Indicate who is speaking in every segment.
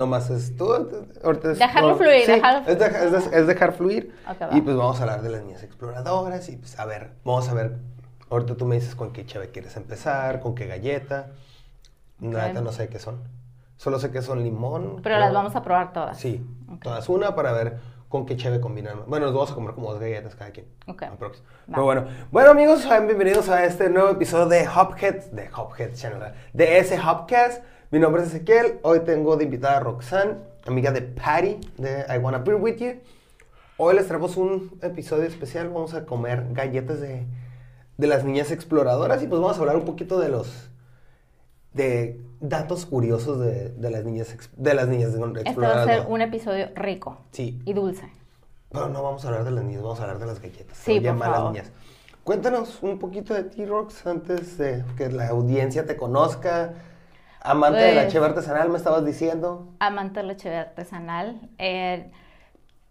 Speaker 1: Nomás es tú. ahorita es-
Speaker 2: Dejarlo
Speaker 1: no,
Speaker 2: fluir,
Speaker 1: sí,
Speaker 2: dejarlo
Speaker 1: es, deja- es des- es dejar fluir.
Speaker 2: Ok, va.
Speaker 1: y pues vamos a hablar de las niñas exploradoras. Y pues a ver, vamos a ver. Ahorita tú me dices con qué chave quieres empezar, con qué galleta. La neta no sé qué son. Solo sé que son limón.
Speaker 2: Pero las vamos a probar todas.
Speaker 1: Sí,
Speaker 2: Ok.
Speaker 1: todas una para ver con qué cheve combinan. Bueno, nos vamos a comer como dos galletas cada quien.
Speaker 2: Ok.
Speaker 1: aprox.
Speaker 2: Va.
Speaker 1: Pero bueno, bueno amigos, sean bienvenidos a este nuevo episodio de Hopheads, de Hopheads Channel, de ese Hopcast. Mi nombre es Ezequiel, hoy tengo de invitada a Roxanne, amiga de Patty, de I Wanna Be With You. Hoy les traemos un episodio especial, vamos a comer galletas de, de las niñas exploradoras y pues vamos a hablar un poquito de los... De datos curiosos de, de las niñas ex- de las niñas exploradoras.
Speaker 2: Este va a ser
Speaker 1: ¿no?
Speaker 2: un episodio rico
Speaker 1: Sí,
Speaker 2: y dulce.
Speaker 1: pero no vamos a hablar de las niñas, vamos a hablar de las galletas.
Speaker 2: Sí,
Speaker 1: Oye,
Speaker 2: por
Speaker 1: malas
Speaker 2: favor.
Speaker 1: niñas. Cuéntanos un poquito de ti, Rox, antes de que la audiencia te conozca. Amante de la
Speaker 2: Pues-
Speaker 1: cheva artesanal, me estabas diciendo.
Speaker 2: Amante de la cheve artesanal. eh,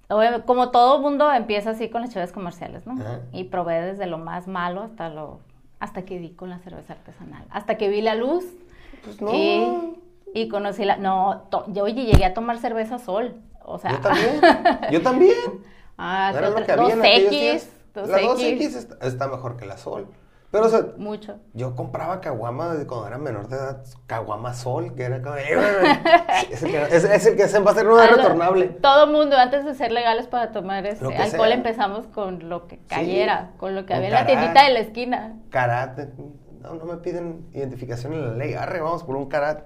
Speaker 2: obvia- como todo mundo empieza así con las cheves comerciales, ¿no?
Speaker 1: Ajá.
Speaker 2: Y probé desde lo más malo hasta lo hasta que di con la cerveza artesanal, hasta que vi la luz
Speaker 1: Pues no.
Speaker 2: y, y conocí la no, to- yo oye, llegué a tomar cerveza sol, o sea,
Speaker 1: Yo también. Yo también.
Speaker 2: ah,
Speaker 1: Era lo
Speaker 2: otra-
Speaker 1: que había en
Speaker 2: dos
Speaker 1: aquellos
Speaker 2: X,
Speaker 1: días.
Speaker 2: dos
Speaker 1: La
Speaker 2: X,
Speaker 1: 2X está, está mejor que la Sol. Pero, o sea,
Speaker 2: mucho.
Speaker 1: yo compraba caguama desde cuando era menor de edad. Caguama Sol, que era como... Es el que, es, es el que se va a hacer una
Speaker 2: Algo-
Speaker 1: retornable.
Speaker 2: Todo mundo, antes de ser legales para tomar este
Speaker 1: Lo que
Speaker 2: alcohol,
Speaker 1: sea.
Speaker 2: empezamos con lo que cayera, con lo que
Speaker 1: con
Speaker 2: había en la
Speaker 1: Carac.
Speaker 2: tiendita de la esquina.
Speaker 1: Karate. No, no me piden identificación en la ley. Arre, vamos por un karate.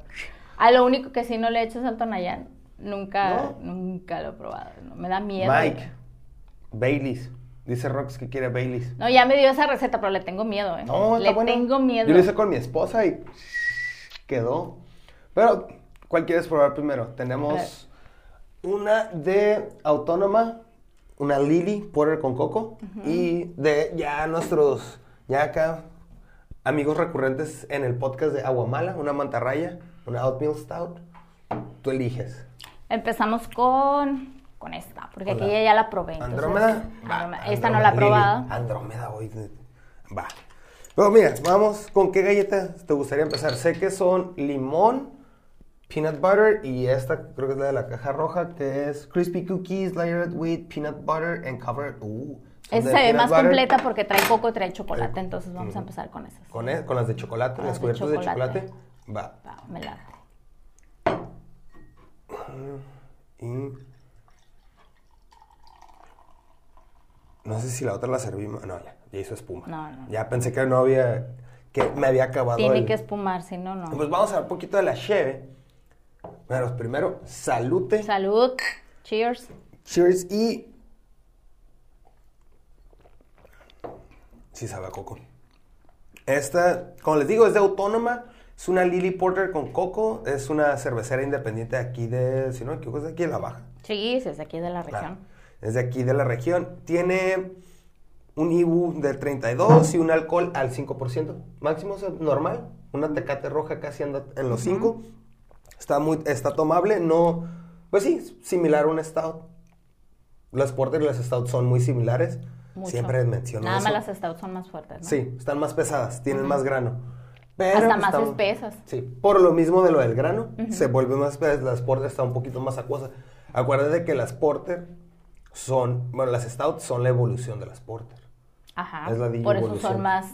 Speaker 2: A lo único que sí no le he hecho es al Tonayán. Nunca,
Speaker 1: ¿No?
Speaker 2: nunca lo he probado. no, Me da miedo.
Speaker 1: Mike. Baileys. Dice Rox que quiere Baileys.
Speaker 2: No, ya me dio esa receta, pero le tengo miedo, ¿eh?
Speaker 1: No, está
Speaker 2: le
Speaker 1: bueno.
Speaker 2: tengo miedo.
Speaker 1: Yo lo hice con mi esposa y quedó. Pero, ¿cuál quieres probar primero? Tenemos una de Autónoma, una Lily Porter con coco y de ya nuestros, ya acá, amigos recurrentes en el podcast de Aguamala, una mantarraya, una oatmeal stout. Tú eliges.
Speaker 2: Empezamos con, con esta, porque
Speaker 1: Hola.
Speaker 2: aquí ya, ya la probé. entonces,
Speaker 1: Andrómeda. va,
Speaker 2: Andrómeda. Esta
Speaker 1: Andrómeda,
Speaker 2: no la he
Speaker 1: Lili.
Speaker 2: probado.
Speaker 1: Andrómeda hoy. de- Va. Pero mira, vamos, ¿con qué galleta te gustaría empezar? Sé que son limón, peanut butter y esta creo que es la de la caja roja, que es crispy cookies layered with peanut butter and covered. Uh, son
Speaker 2: Esa
Speaker 1: de
Speaker 2: se ve
Speaker 1: peanut
Speaker 2: más
Speaker 1: butter
Speaker 2: completa porque trae coco y trae chocolate, entonces vamos a empezar con esas.
Speaker 1: Con, e- con las de chocolate,
Speaker 2: Con
Speaker 1: las,
Speaker 2: las de
Speaker 1: cubiertas de chocolate.
Speaker 2: chocolate.
Speaker 1: Va.
Speaker 2: Va, me late.
Speaker 1: Y... No sé si la otra la serví. ma- No, ya, ya hizo espuma.
Speaker 2: No, no.
Speaker 1: Ya pensé que no había. que me había acabado.
Speaker 2: Tiene
Speaker 1: el-
Speaker 2: que espumar, si no, no.
Speaker 1: Pues vamos a ver un poquito de la cheve. Bueno, primero, salute.
Speaker 2: Salud. Cheers.
Speaker 1: Cheers y. Sí, sabe a coco. Esta, como les digo, es de Autónoma. Es una Lily Porter con coco. Es una cervecera independiente de aquí de. Si no me equivoco, es de aquí de la Baja.
Speaker 2: Sí, es de aquí de la
Speaker 1: Claro.
Speaker 2: región.
Speaker 1: Es de aquí de la región. Tiene un IBU de 32 y un alcohol al 5%. Máximo o sea, normal. Una tecate roja casi anda en los 5. Está muy, está tomable. No, pues sí, similar a un stout. Las porter y las stout son muy similares.
Speaker 2: Mucho.
Speaker 1: Siempre menciono
Speaker 2: Nada
Speaker 1: eso.
Speaker 2: más las stouts son más fuertes, ¿no?
Speaker 1: Sí, están más pesadas, tienen más grano. Pero
Speaker 2: Hasta
Speaker 1: pues,
Speaker 2: más
Speaker 1: están-
Speaker 2: espesas.
Speaker 1: Sí, por lo mismo de lo del grano, se vuelve más espesas, las porter están un poquito más acuosas. Acuérdate que las porter son, bueno, las stout son la evolución de las porter.
Speaker 2: Ajá.
Speaker 1: Es la de
Speaker 2: Por eso
Speaker 1: evolución.
Speaker 2: son más,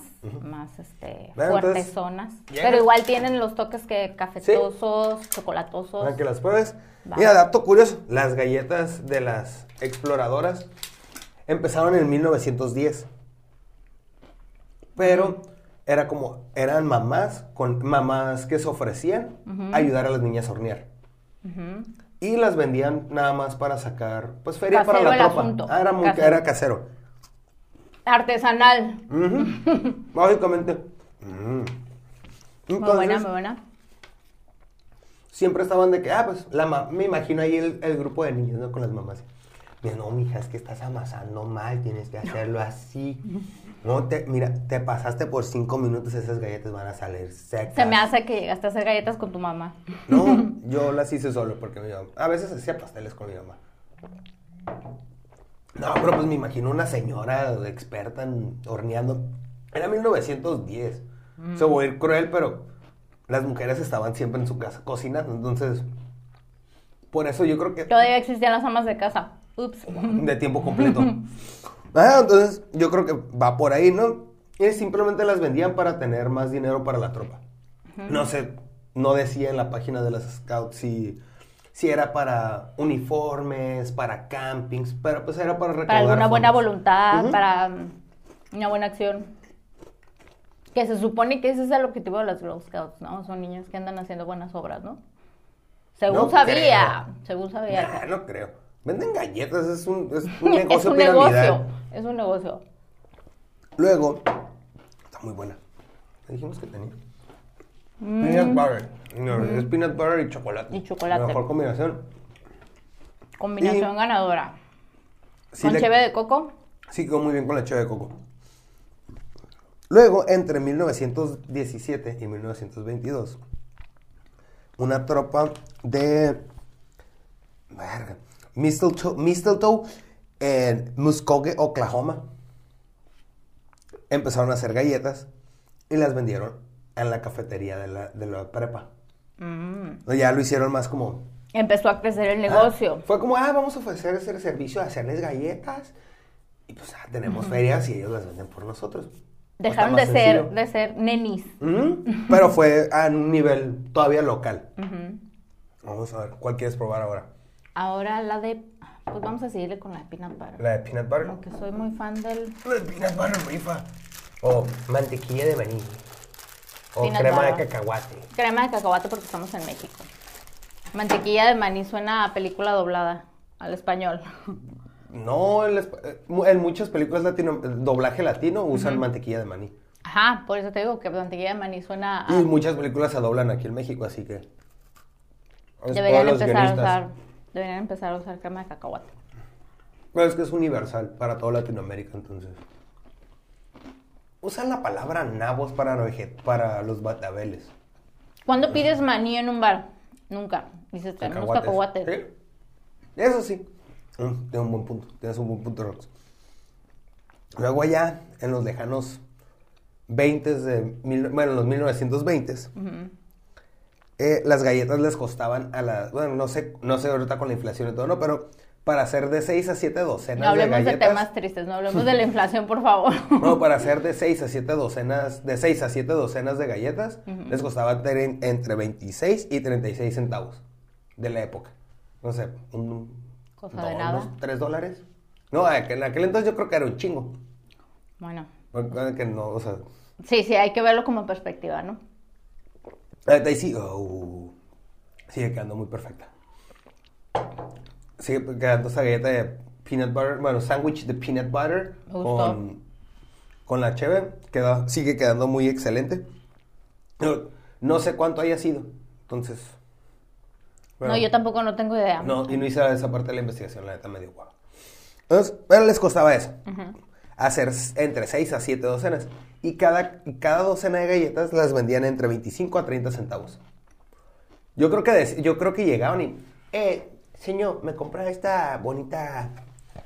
Speaker 2: más este,
Speaker 1: Bueno,
Speaker 2: fuertes
Speaker 1: entonces,
Speaker 2: zonas.
Speaker 1: llegas-
Speaker 2: Pero igual tienen los toques que cafetosos, chocolatosos.
Speaker 1: Para que las pruebes.
Speaker 2: Va.
Speaker 1: Mira, dato curioso, las galletas de las exploradoras empezaron en 1910. Pero era como, eran mamás, con mamás que se ofrecían a ayudar a las niñas a hornear.
Speaker 2: Ujú.
Speaker 1: Y las vendían nada más para sacar, pues feria
Speaker 2: Casero
Speaker 1: para
Speaker 2: el
Speaker 1: la tropa.
Speaker 2: asunto.
Speaker 1: Ah, era, muy-
Speaker 2: Casero.
Speaker 1: era casero.
Speaker 2: Artesanal.
Speaker 1: Ujú. Básicamente. Mm.
Speaker 2: muy buena,
Speaker 1: Entonces,
Speaker 2: muy buena.
Speaker 1: siempre estaban de que, ah, pues, la ma- me imagino ahí el, el grupo de niños, ¿no? Con las mamás. Mira, no, mija, es que estás amasando mal, tienes que hacerlo así. No te, mira, te pasaste por cinco minutos, esas galletas van a salir secas.
Speaker 2: Se me hace que llegaste a hacer galletas con tu mamá.
Speaker 1: No, yo las hice solo porque mi mamá. A veces hacía pasteles con mi mamá. No, pero pues me imagino una señora experta en horneando. Era 1910. Se voy a ir cruel, pero las mujeres estaban siempre en su casa cocinando. Entonces, Por eso yo creo que
Speaker 2: Todavía existían las amas de casa. Ups.
Speaker 1: de tiempo completo. Ah, entonces yo creo que va por ahí, ¿no? Y simplemente las vendían para tener más dinero para la tropa. No sé, no decía en la página de las scouts si, si era para uniformes, para campings, pero pues era para recaudar
Speaker 2: Para alguna buena
Speaker 1: fondos.
Speaker 2: voluntad,
Speaker 1: Ujú.
Speaker 2: para mm, una buena acción. Que se supone que ese es el objetivo de las Girl Scouts, ¿no? Son niñas que andan haciendo buenas obras, ¿no? Según
Speaker 1: No
Speaker 2: sabía, según sabía.
Speaker 1: Nah, no creo. Venden galletas, es un, es un negocio
Speaker 2: es un
Speaker 1: piramidal.
Speaker 2: negocio, es un negocio.
Speaker 1: Luego, está muy buena. Le dijimos que tenía. Peanut butter. No, Es peanut butter y chocolate.
Speaker 2: Mm. Y chocolate.
Speaker 1: La mejor combinación.
Speaker 2: Combinación ganadora.
Speaker 1: Sí,
Speaker 2: Con
Speaker 1: le-
Speaker 2: cheve de coco.
Speaker 1: sí quedó muy bien con la cheve de coco. Luego, entre 1917 y 1922, una tropa de. Verga. Mistletoe, Mistletoe en Muskogee, Oklahoma. Empezaron a hacer galletas y las vendieron en la cafetería de la, de la prepa.
Speaker 2: Mm.
Speaker 1: Ya lo hicieron más como
Speaker 2: Empezó a crecer el
Speaker 1: Ah,
Speaker 2: negocio.
Speaker 1: fue como, ah, vamos a ofrecer ese servicio de hacerles galletas. Y pues ah, tenemos ferias y ellos las venden por nosotros.
Speaker 2: Dejaron de
Speaker 1: Está más
Speaker 2: ser,
Speaker 1: sencillo.
Speaker 2: de ser nenis.
Speaker 1: Ujú, Pero fue a un nivel todavía local.
Speaker 2: Ujú.
Speaker 1: Vamos a ver, ¿cuál quieres probar ahora?
Speaker 2: Ahora la de. Pues vamos a seguirle con la de peanut butter.
Speaker 1: ¿La de peanut butter?
Speaker 2: Porque soy muy fan del.
Speaker 1: La de peanut butter rifa. O mantequilla de maní. O
Speaker 2: Peanut
Speaker 1: crema de
Speaker 2: butter.
Speaker 1: cacahuate.
Speaker 2: Crema de cacahuate porque estamos en México. Mantequilla de maní suena a película doblada al español.
Speaker 1: No, en, las- eh, mu- en muchas películas latino, eh, doblaje latino usan mantequilla de maní.
Speaker 2: Ajá, por eso te digo que mantequilla de maní suena a.
Speaker 1: Y muchas películas se doblan aquí en México, así que. es todos
Speaker 2: Deberían
Speaker 1: los
Speaker 2: empezar a
Speaker 1: guionistas.
Speaker 2: usar. Deberían empezar a usar crema de cacahuate.
Speaker 1: Pero es que es universal para toda Latinoamérica, entonces. Usan la palabra nabos para, noje- para los batabeles. Ah.
Speaker 2: ¿Cuándo pides maní en un bar? Nunca. Dices, traemos cacahuates.
Speaker 1: ¿Sí? Eso sí. Mm, Tengo un buen punto. Tienes un buen punto, Rox. Luego allá, en los lejanos 20 de... mil- bueno, en los 1920s, eh, las galletas les costaban a las... Bueno, no sé, no sé ahorita con la inflación y todo, ¿no? Pero para hacer de 6 a 7 docenas
Speaker 2: No hablemos
Speaker 1: de
Speaker 2: de,
Speaker 1: galletas...
Speaker 2: temas tristes, no hablemos de la inflación, por favor.
Speaker 1: No, para hacer de 6 a 7 docenas, de 6 a 7 docenas de galletas, les costaba tre- entre 26 y 36 centavos de la época. No sé, un,
Speaker 2: Cosa de nada.
Speaker 1: 3 dólares. No, a- en aquel entonces yo creo que era un chingo.
Speaker 2: Bueno,
Speaker 1: Porque Que no, o sea,
Speaker 2: sí, sí, hay que verlo como en perspectiva, ¿no?
Speaker 1: ahorita ahí sí, oh, sigue quedando muy perfecta. Sigue quedando esa galleta de peanut butter, bueno, sándwich de peanut butter
Speaker 2: Me gustó.
Speaker 1: con, con la cheve, queda, sigue quedando muy excelente. No, no sé cuánto haya sido, entonces... bueno,
Speaker 2: no, yo tampoco no tengo idea.
Speaker 1: No, y no hice esa parte de la investigación, la neta me dio guau. Entonces, pero les costaba eso. Hacer s- entre 6 a 7 docenas. Y cada, y cada docena de galletas las vendían entre 25 a 30 centavos. Yo creo que, dec- yo creo que llegaban y, eh, señor, me compra esta bonita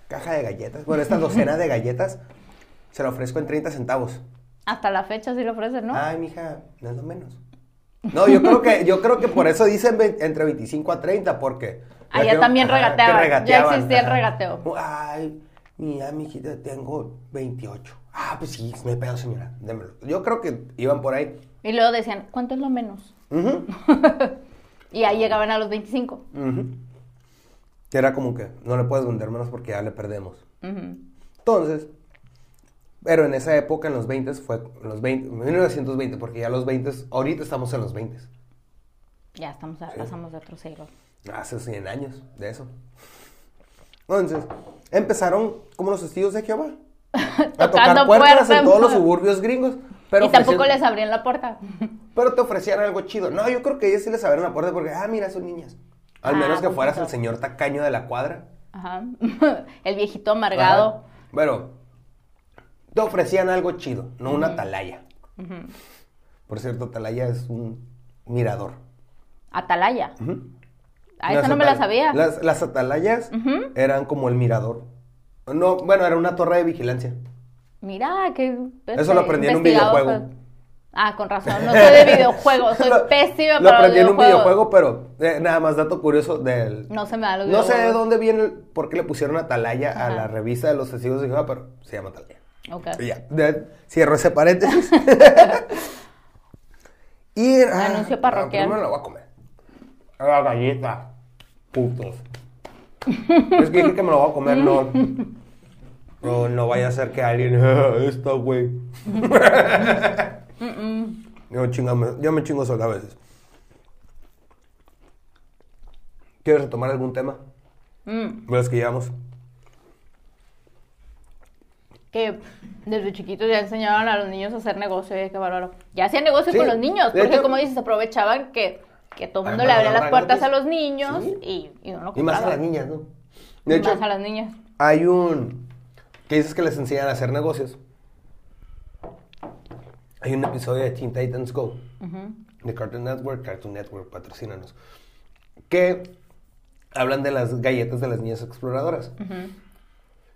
Speaker 1: caja de galletas. Bueno, esta docena de galletas se la ofrezco en 30 centavos.
Speaker 2: Hasta la fecha sí lo ofrecen, ¿no?
Speaker 1: Ay, mija, no es lo menos. No, yo creo que, yo creo que por eso dicen ve- entre 25 a 30, porque.
Speaker 2: Ah, ya
Speaker 1: que-
Speaker 2: también
Speaker 1: ajá, que
Speaker 2: regateaban, ya
Speaker 1: regateaban,
Speaker 2: existía el
Speaker 1: ajá.
Speaker 2: regateo.
Speaker 1: Ay, mira, mijita, tengo 28. Ah, pues sí, me pedo, señora, démelo. Yo creo que iban por ahí.
Speaker 2: Y luego decían, ¿cuánto es lo menos?
Speaker 1: Ujú,
Speaker 2: Y
Speaker 1: Ah.
Speaker 2: ahí llegaban a los 25.
Speaker 1: ujú. Que Era como que no le puedes vender menos porque ya le perdemos.
Speaker 2: Ujú.
Speaker 1: Entonces, pero en esa época, en los 20 fue, en los 20, 1920, porque ya los 20 ahorita estamos en los 20
Speaker 2: Ya estamos, a- pasamos de otro siglo.
Speaker 1: Hace 100 años de eso. Entonces, empezaron como los testigos de Jehová. A
Speaker 2: Tocando
Speaker 1: tocar puertas
Speaker 2: puertas.
Speaker 1: en todos los suburbios gringos. Pero
Speaker 2: y tampoco
Speaker 1: ofrecían-
Speaker 2: les abrían la puerta.
Speaker 1: Pero te ofrecían algo chido. No, yo creo que ellos sí les abrieron la puerta porque, ah, mira, son niñas. Al
Speaker 2: Ah,
Speaker 1: menos que
Speaker 2: pues
Speaker 1: fueras el
Speaker 2: entonces.
Speaker 1: señor tacaño de la cuadra.
Speaker 2: Ajá. El viejito amargado.
Speaker 1: Ajá. Bueno, te ofrecían algo chido, no una atalaya. Por cierto, atalaya es un mirador.
Speaker 2: Atalaya. Ah, esa
Speaker 1: Las
Speaker 2: no me la
Speaker 1: atal-
Speaker 2: sabía.
Speaker 1: Las, las atalayas eran como el mirador. No, bueno, era una torre de vigilancia.
Speaker 2: Mira, que...
Speaker 1: Eso lo aprendí en un videojuego.
Speaker 2: Ah, con razón, no soy de videojuegos, soy
Speaker 1: Lo-
Speaker 2: pésima
Speaker 1: Lo
Speaker 2: para los
Speaker 1: aprendí en un
Speaker 2: videojuegos.
Speaker 1: videojuego, pero eh, nada más dato curioso del...
Speaker 2: No se me da los
Speaker 1: No sé de
Speaker 2: videojuegos.
Speaker 1: dónde viene, el- por qué le pusieron Atalaya a
Speaker 2: Ajá.
Speaker 1: la revista de los testigos de Jehová, pero se llama Atalaya.
Speaker 2: Ok.
Speaker 1: Y ya, de- cierro ese paréntesis. y... ah,
Speaker 2: Anuncio parroquial.
Speaker 1: Primero la voy a comer. La galleta. Putos. es que dije que me lo voy a comer, no. No, no vaya a ser que alguien... "Ah, Esta, güey. yo, chingame- yo me chingo sola a veces. ¿Quieres retomar algún tema?
Speaker 2: Mm,
Speaker 1: De los que llevamos.
Speaker 2: que desde chiquitos ya enseñaban a los niños a hacer negocio, y qué bárbaro. Ya hacían negocio
Speaker 1: Sí,
Speaker 2: con los niños,
Speaker 1: de
Speaker 2: porque
Speaker 1: hecho-
Speaker 2: como dices, aprovechaban que, que todo el
Speaker 1: Ay,
Speaker 2: mundo le
Speaker 1: para
Speaker 2: abría
Speaker 1: dar
Speaker 2: las puertas a
Speaker 1: regalos.
Speaker 2: los niños y, y uno
Speaker 1: pues, Y más a
Speaker 2: compraba.
Speaker 1: las niñas, ¿no?
Speaker 2: Y
Speaker 1: De hecho,
Speaker 2: más a las niñas.
Speaker 1: hay un... que dices que les enseñan a hacer negocios. Hay un episodio de Teen Titans Go.
Speaker 2: Ujú.
Speaker 1: de Cartoon Network, Cartoon Network, patrocínanos, que hablan de las galletas de las niñas exploradoras.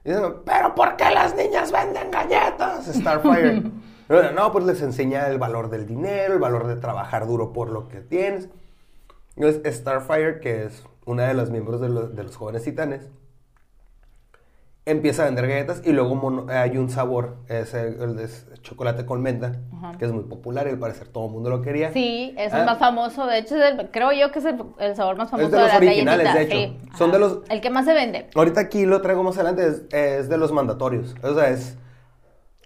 Speaker 1: Y dicen, pero ¿por qué las niñas venden galletas? Starfire. Bueno, no, pues les enseña el valor del dinero, el valor de trabajar duro por lo que tienes. Entonces, Starfire, que es una de las miembros de, lo- de los jóvenes titanes, empieza a vender galletas y luego mono- hay un sabor, es el, el de chocolate con menta,
Speaker 2: Ajá.
Speaker 1: que es muy popular y al parecer todo el mundo lo quería.
Speaker 2: Sí, es
Speaker 1: Ah.
Speaker 2: el más famoso. De hecho, es el- creo yo que es el, el sabor más famoso
Speaker 1: de los
Speaker 2: las
Speaker 1: originales,
Speaker 2: galletitas,
Speaker 1: de hecho.
Speaker 2: sí.
Speaker 1: Son de los-
Speaker 2: El que más se vende.
Speaker 1: Ahorita aquí lo traigo más adelante, es, es de los mandatorios. O sea, es.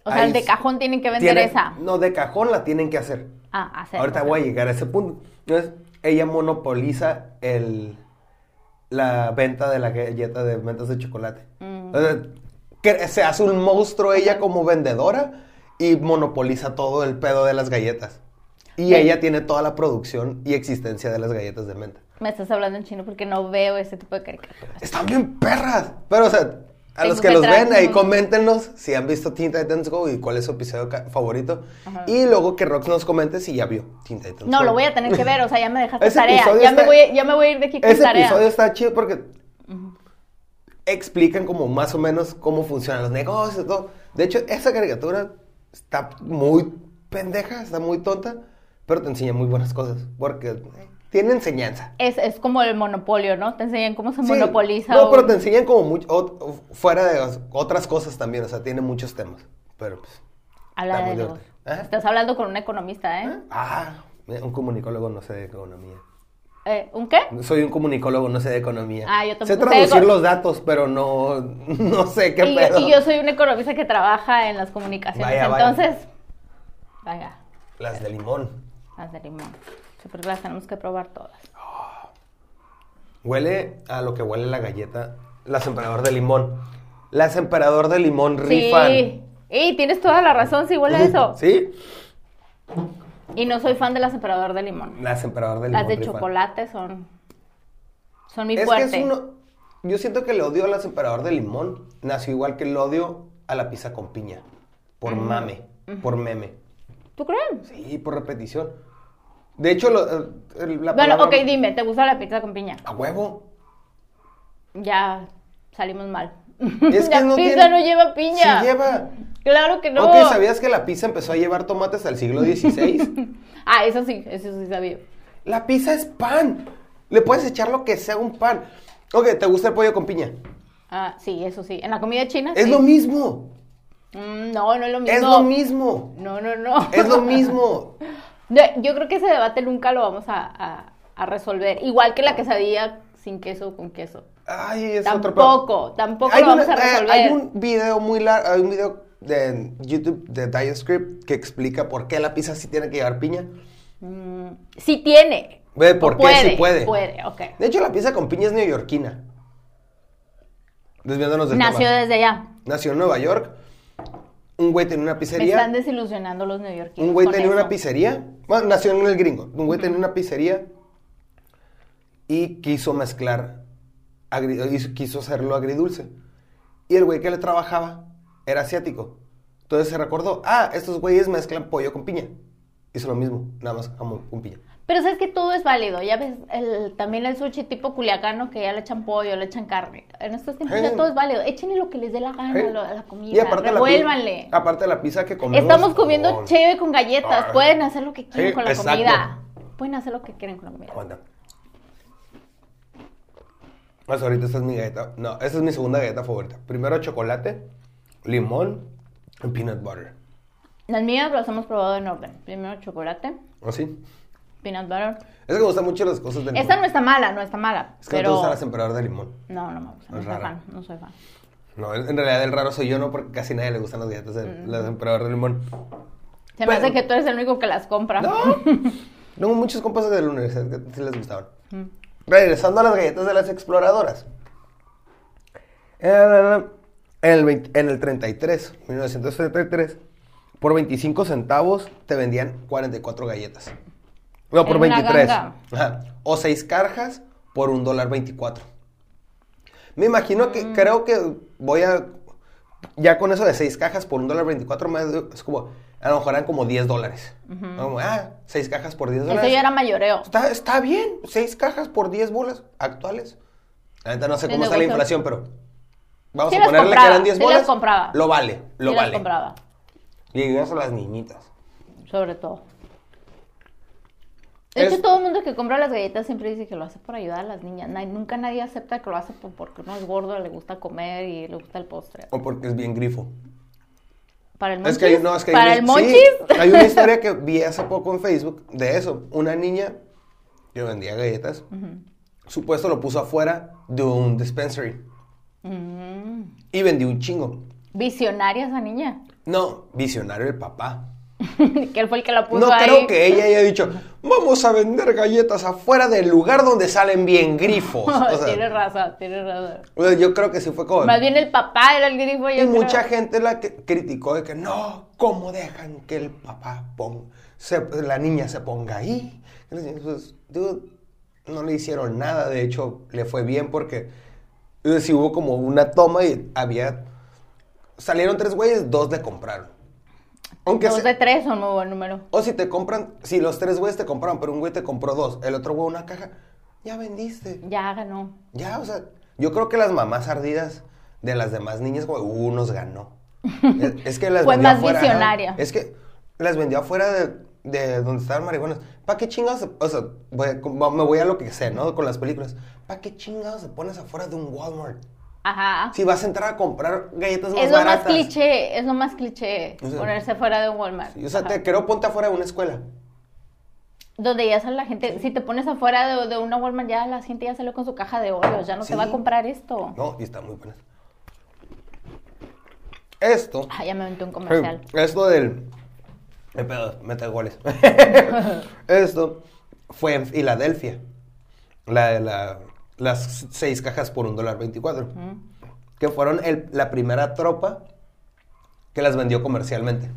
Speaker 2: O sea,
Speaker 1: ahí
Speaker 2: el de
Speaker 1: es-
Speaker 2: cajón tienen que vender
Speaker 1: tiene-
Speaker 2: esa.
Speaker 1: No, de cajón la tienen que hacer.
Speaker 2: Ah, hacer.
Speaker 1: Ahorita
Speaker 2: o sea.
Speaker 1: voy a llegar a ese punto. Entonces, ella monopoliza el, la venta de la galleta de mentas de chocolate.
Speaker 2: Mm.
Speaker 1: O sea, que se hace un monstruo ella como vendedora y monopoliza todo el pedo de las galletas. Y
Speaker 2: Sí.
Speaker 1: ella tiene toda la producción y existencia de las galletas de menta.
Speaker 2: Me estás hablando en chino porque no veo ese tipo de caricaturas.
Speaker 1: Están bien perras. Pero, o sea, a
Speaker 2: Tengo
Speaker 1: los que
Speaker 2: que
Speaker 1: los
Speaker 2: traer
Speaker 1: ven, ahí
Speaker 2: unos.
Speaker 1: coméntenos si han visto Teen Titans Go y cuál es su episodio ca- favorito.
Speaker 2: Ajá.
Speaker 1: Y luego que Rox nos comente si ya vio Teen Titans
Speaker 2: No,
Speaker 1: Go.
Speaker 2: lo voy a tener que ver, o sea, ya me dejaste
Speaker 1: Ese
Speaker 2: tarea.
Speaker 1: episodio
Speaker 2: Ya,
Speaker 1: está-
Speaker 2: me voy, a- ya me voy a ir de aquí con
Speaker 1: Ese
Speaker 2: tarea.
Speaker 1: episodio está chido porque explican como más o menos cómo funcionan los negocios y todo. De hecho, esa caricatura está muy pendeja, está muy tonta, pero te enseña muy buenas cosas porque eh, tiene enseñanza.
Speaker 2: Es, es como el monopolio, ¿no? Te enseñan cómo se
Speaker 1: Sí,
Speaker 2: monopoliza.
Speaker 1: No,
Speaker 2: un-
Speaker 1: pero te enseñan como mucho, o- o- fuera de las- otras cosas también, o sea, tiene muchos temas. Pero pues.
Speaker 2: Habla
Speaker 1: Está
Speaker 2: de
Speaker 1: muy
Speaker 2: negocio.
Speaker 1: divertido. Ajá.
Speaker 2: Estás hablando con un economista, ¿eh?
Speaker 1: Ah, mira, un comunicólogo no sé de economía.
Speaker 2: ¿Eh? ¿Un qué?
Speaker 1: Soy un comunicólogo, no sé de economía.
Speaker 2: Ah, yo
Speaker 1: Sé
Speaker 2: tampoco sé de
Speaker 1: traducir
Speaker 2: eco-
Speaker 1: los datos, pero no, no sé qué
Speaker 2: y, yo-
Speaker 1: pedo.
Speaker 2: y yo soy un economista que trabaja en las comunicaciones.
Speaker 1: Vaya, vaya.
Speaker 2: entonces, vaya,
Speaker 1: Las de limón.
Speaker 2: las de limón. Sí, porque las tenemos que probar todas.
Speaker 1: Huele a lo que huele la galleta. Las emperador de limón. Las emperador de limón
Speaker 2: Sí.
Speaker 1: rifan.
Speaker 2: Y tienes toda la razón, sí huele a eso.
Speaker 1: Sí,
Speaker 2: Y no soy fan de las emperador de limón.
Speaker 1: las emperador de limón
Speaker 2: Las de
Speaker 1: rifan.
Speaker 2: chocolate son son mi
Speaker 1: es
Speaker 2: fuerte.
Speaker 1: que es uno. Yo siento que el odio al emperador de limón nació igual que el odio a la pizza con piña. Por mame, por meme.
Speaker 2: ¿Tú crees?
Speaker 1: Sí, por repetición. De hecho, lo- eh, el- la
Speaker 2: Bueno,
Speaker 1: palabra-
Speaker 2: ok, dime, ¿te gusta la pizza con piña?
Speaker 1: A huevo.
Speaker 2: Ya salimos mal.
Speaker 1: Es que
Speaker 2: la
Speaker 1: no
Speaker 2: pizza
Speaker 1: tiene-
Speaker 2: no lleva piña.
Speaker 1: Sí lleva.
Speaker 2: Claro que no.
Speaker 1: Ok, ¿sabías que la pizza empezó a llevar tomates al siglo XVI?
Speaker 2: Ah, eso sí, eso sí sabía.
Speaker 1: la pizza es pan. Le puedes echar lo que sea a un pan. Ok, ¿te gusta el pollo con piña?
Speaker 2: Ah, sí, eso sí. En la comida china
Speaker 1: Es
Speaker 2: sí.
Speaker 1: lo mismo.
Speaker 2: Mm, no, no es lo mismo.
Speaker 1: Es lo mismo.
Speaker 2: No, no, no.
Speaker 1: Es lo mismo.
Speaker 2: De- Yo creo que ese debate nunca lo vamos a, a- a resolver. Igual que la quesadilla sin queso o con queso.
Speaker 1: Ay, es otro pedo.
Speaker 2: tampoco, tampoco
Speaker 1: Hay
Speaker 2: lo vamos
Speaker 1: una-
Speaker 2: a
Speaker 1: eh,
Speaker 2: resolver.
Speaker 1: hay un video muy largo, hay un video de YouTube de Diet Script que explica por qué la pizza sí tiene que llevar piña.
Speaker 2: Mm, sí tiene.
Speaker 1: Ve,
Speaker 2: O
Speaker 1: ¿por qué sí puede?
Speaker 2: Puede, ok.
Speaker 1: De hecho, la pizza con piña es neoyorquina. Desviándonos del
Speaker 2: Nació
Speaker 1: tema.
Speaker 2: desde allá.
Speaker 1: Nació en Nueva York. Un güey tenía una
Speaker 2: Me están
Speaker 1: pizzería.
Speaker 2: desilusionando los neoyorquinos.
Speaker 1: Un güey
Speaker 2: con
Speaker 1: tenía
Speaker 2: eso.
Speaker 1: una pizzería. Bueno, nació en el gringo. Un güey tenía una pizzería y quiso mezclar, agri- hizo- quiso hacerlo agridulce. Y el güey que le trabajaba era asiático. Entonces se recordó, ah, estos güeyes mezclan pollo con piña. Hizo lo mismo, nada más jamón con piña.
Speaker 2: Pero sabes que todo es válido. Ya ves, el- también el sushi tipo culiacano que ya le echan pollo, le echan carne. En estos tiempos ya
Speaker 1: Sí.
Speaker 2: todo es válido. Échenle lo que les dé la gana
Speaker 1: Sí.
Speaker 2: lo- a la comida.
Speaker 1: Y aparte la,
Speaker 2: Revuélvanle.
Speaker 1: pi- aparte la pizza que comemos.
Speaker 2: Estamos comiendo
Speaker 1: con-
Speaker 2: cheve con galletas.
Speaker 1: Ah.
Speaker 2: Pueden hacer lo que quieran
Speaker 1: Sí,
Speaker 2: con la
Speaker 1: exacto.
Speaker 2: comida. Pueden hacer lo que quieran con la comida.
Speaker 1: Aguanta. Pues ahorita esta es mi galleta. No, esta es mi segunda galleta favorita. Primero chocolate, limón y peanut butter.
Speaker 2: Las mías las hemos probado en orden. Primero chocolate,
Speaker 1: ¿Así?
Speaker 2: peanut butter.
Speaker 1: Es que me gustan mucho las cosas de limón.
Speaker 2: Esta no está mala, no está mala.
Speaker 1: Es que no te
Speaker 2: pero...
Speaker 1: gustan las emperadoras de limón.
Speaker 2: No, no me gusta. No
Speaker 1: Es
Speaker 2: soy
Speaker 1: rara.
Speaker 2: fan. No soy fan.
Speaker 1: No, en en realidad el raro soy yo, no, porque casi nadie le gustan las galletas de
Speaker 2: Mm.
Speaker 1: las emperadoras de limón.
Speaker 2: Se
Speaker 1: Pero-
Speaker 2: me hace que tú eres el único que las compra.
Speaker 1: No, tengo muchos compas de la universidad que sí les gustaban. Regresando a las galletas de las exploradoras. Eh, En el, 20 en el 33, 1933, por 25 centavos te vendían 44 galletas. No, por
Speaker 2: Era una
Speaker 1: 23.
Speaker 2: ganga.
Speaker 1: Ajá. O 6 carjas por un dólar 24. Me imagino
Speaker 2: Mm.
Speaker 1: que creo que voy a. Ya con eso de 6 cajas por un dólar 24, más, es como. A lo mejor eran como 10 dólares. Como, ah, 6 cajas por 10 dólares.
Speaker 2: Eso ya era mayoreo.
Speaker 1: Está, está bien, seis cajas por 10 bolas actuales. La neta no sé
Speaker 2: El
Speaker 1: cómo está la
Speaker 2: negocio.
Speaker 1: inflación, pero vamos
Speaker 2: Sí
Speaker 1: a
Speaker 2: las
Speaker 1: ponerle que
Speaker 2: compraba,
Speaker 1: eran 10
Speaker 2: sí las
Speaker 1: bolas.
Speaker 2: compraba.
Speaker 1: Lo vale, lo
Speaker 2: Sí las
Speaker 1: vale.
Speaker 2: compraba,
Speaker 1: Y llegas a las niñitas.
Speaker 2: sobre todo. De
Speaker 1: Es-
Speaker 2: hecho, todo el mundo que compra las galletas siempre dice que lo hace por ayudar a las niñas. Na- nunca nadie acepta que lo hace por- porque uno es gordo, le gusta comer y le gusta el postre.
Speaker 1: O porque es bien grifo.
Speaker 2: Para el
Speaker 1: Es
Speaker 2: monchis.
Speaker 1: que hay, no, es que hay
Speaker 2: para
Speaker 1: una-
Speaker 2: el
Speaker 1: sí,
Speaker 2: monchis.
Speaker 1: hay una historia que vi hace poco en Facebook de eso. Una niña que vendía galletas, su puesto lo puso afuera de un dispensary
Speaker 2: Mm,
Speaker 1: y vendió un chingo.
Speaker 2: visionaria esa niña.
Speaker 1: No, visionario el papá.
Speaker 2: que él fue el que la puso
Speaker 1: no
Speaker 2: ahí.
Speaker 1: creo que ella haya dicho, vamos a vender galletas afuera del lugar donde salen bien grifos. O sea,
Speaker 2: tiene razón, tiene razón.
Speaker 1: o sea, yo creo que sí fue como...
Speaker 2: Más bien el papá era el grifo.
Speaker 1: Y
Speaker 2: yo
Speaker 1: mucha
Speaker 2: creo.
Speaker 1: gente la que criticó de que no, ¿cómo dejan que el papá ponga, se- la niña se ponga ahí? Entonces, dude, no le hicieron nada, de hecho le fue bien porque eh, si hubo como una toma y había, salieron tres güeyes, dos le compraron. Aunque
Speaker 2: Dos
Speaker 1: se-
Speaker 2: de tres son muy buen número.
Speaker 1: o si te compran, si los tres güeyes te compraron, pero un güey te compró dos, el otro güey una caja, ya vendiste.
Speaker 2: Ya ganó.
Speaker 1: Ya, o sea, yo creo que las mamás ardidas de las demás niñas, como, uh, nos ganó. Es, es que las vendió
Speaker 2: Fue Pues más
Speaker 1: afuera, ajá.
Speaker 2: visionaria.
Speaker 1: Es que las vendió afuera de, de donde estaban marihuanas. ¿Para qué chingados? se- O sea, voy a- como- me voy a lo que sé, ¿no? Con las películas. ¿Para qué chingados se pones afuera de un Walmart?
Speaker 2: Ajá.
Speaker 1: Si vas a entrar a comprar galletas más
Speaker 2: es lo
Speaker 1: baratas.
Speaker 2: más cliché, es lo más cliché
Speaker 1: O sea,
Speaker 2: ponerse fuera de un Walmart.
Speaker 1: Sí, O sea,
Speaker 2: Ajá.
Speaker 1: te creo ponte afuera de una escuela.
Speaker 2: Donde ya sale la gente, si te pones afuera de, de una Walmart, ya la gente ya salió con su caja de oreos, ya no
Speaker 1: Sí.
Speaker 2: te va a comprar esto.
Speaker 1: No, y está muy buena. Esto.
Speaker 2: Ah, ya me aventé un comercial.
Speaker 1: Eh, Esto del. Eh, pedo, mete goles. Esto fue en Filadelfia. La, la- las seis cajas por un dólar 24. Que fueron el- la primera tropa que las vendió comercialmente.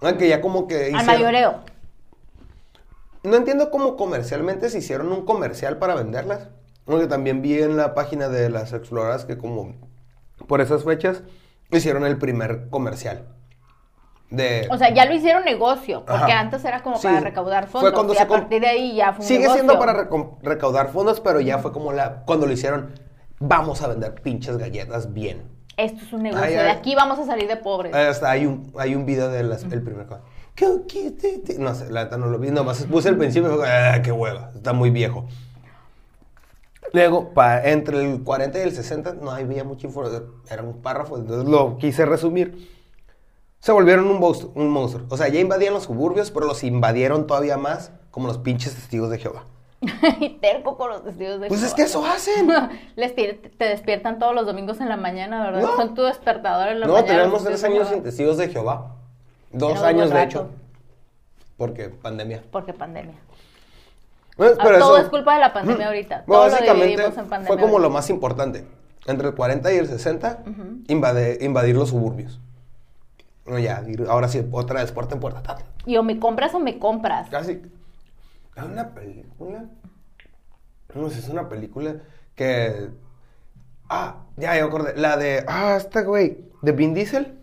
Speaker 1: Aunque ya como que.
Speaker 2: Al
Speaker 1: hicieron-
Speaker 2: mayoreo.
Speaker 1: no entiendo cómo comercialmente se hicieron un comercial para venderlas. Porque también vi en la página de las exploradas que como por esas fechas hicieron el primer comercial. De...
Speaker 2: O sea, ya lo hicieron negocio, porque
Speaker 1: Ajá.
Speaker 2: antes era como
Speaker 1: Sí.
Speaker 2: para recaudar
Speaker 1: Fue
Speaker 2: fondos.
Speaker 1: cuando
Speaker 2: y
Speaker 1: se
Speaker 2: a
Speaker 1: com-
Speaker 2: partir de ahí ya fue un
Speaker 1: Sigue siendo
Speaker 2: negocio.
Speaker 1: para recom- recaudar fondos, pero ya fue como la cuando lo hicieron, vamos a vender pinches galletas bien.
Speaker 2: Esto es un negocio,
Speaker 1: Ay,
Speaker 2: de
Speaker 1: ay.
Speaker 2: aquí vamos a salir de pobres.
Speaker 1: Hasta hay un, hay un video del primer co- ¿Qué- qué- te- te- No sé, la neta no lo vi. Nomás puse el principio y fue como, "Ah, qué hueva, está muy viejo. Luego, pa- entre el 40 y el 60 no había mucha información, era un párrafo, entonces lo quise resumir. Se volvieron un monstruo, un monstruo. O sea, ya invadían los suburbios, pero los invadieron todavía más como los pinches testigos de Jehová.
Speaker 2: y terco con los testigos de
Speaker 1: Pues es
Speaker 2: Jehová.
Speaker 1: que eso hacen.
Speaker 2: Les pide- te despiertan todos los domingos en la mañana, ¿verdad?
Speaker 1: No.
Speaker 2: Son tu despertador en la
Speaker 1: No,
Speaker 2: mañana.
Speaker 1: tenemos
Speaker 2: los testigos
Speaker 1: tres
Speaker 2: pues, de
Speaker 1: años
Speaker 2: Jehová.
Speaker 1: sin testigos de Jehová. Dos
Speaker 2: Tenemos
Speaker 1: años,
Speaker 2: buen
Speaker 1: de
Speaker 2: rato.
Speaker 1: hecho. Porque pandemia.
Speaker 2: Porque pandemia.
Speaker 1: Pues,
Speaker 2: Ah,
Speaker 1: pero
Speaker 2: todo
Speaker 1: eso-
Speaker 2: es culpa de la pandemia ahorita.
Speaker 1: Bueno,
Speaker 2: Todo lo
Speaker 1: básicamente
Speaker 2: dividimos en pandemia.
Speaker 1: fue como
Speaker 2: ahorita.
Speaker 1: lo más importante. Entre el 40 y el 60, invade- invadir los suburbios. No, ya, ir- ahora sí, otra vez, puerta en puerta. ta, ta.
Speaker 2: Y o me compras o me compras.
Speaker 1: Casi. Hay una película. No sé, es una película que. Ah, ya, yo acordé. La de. Ah, esta güey. De Vin Diesel.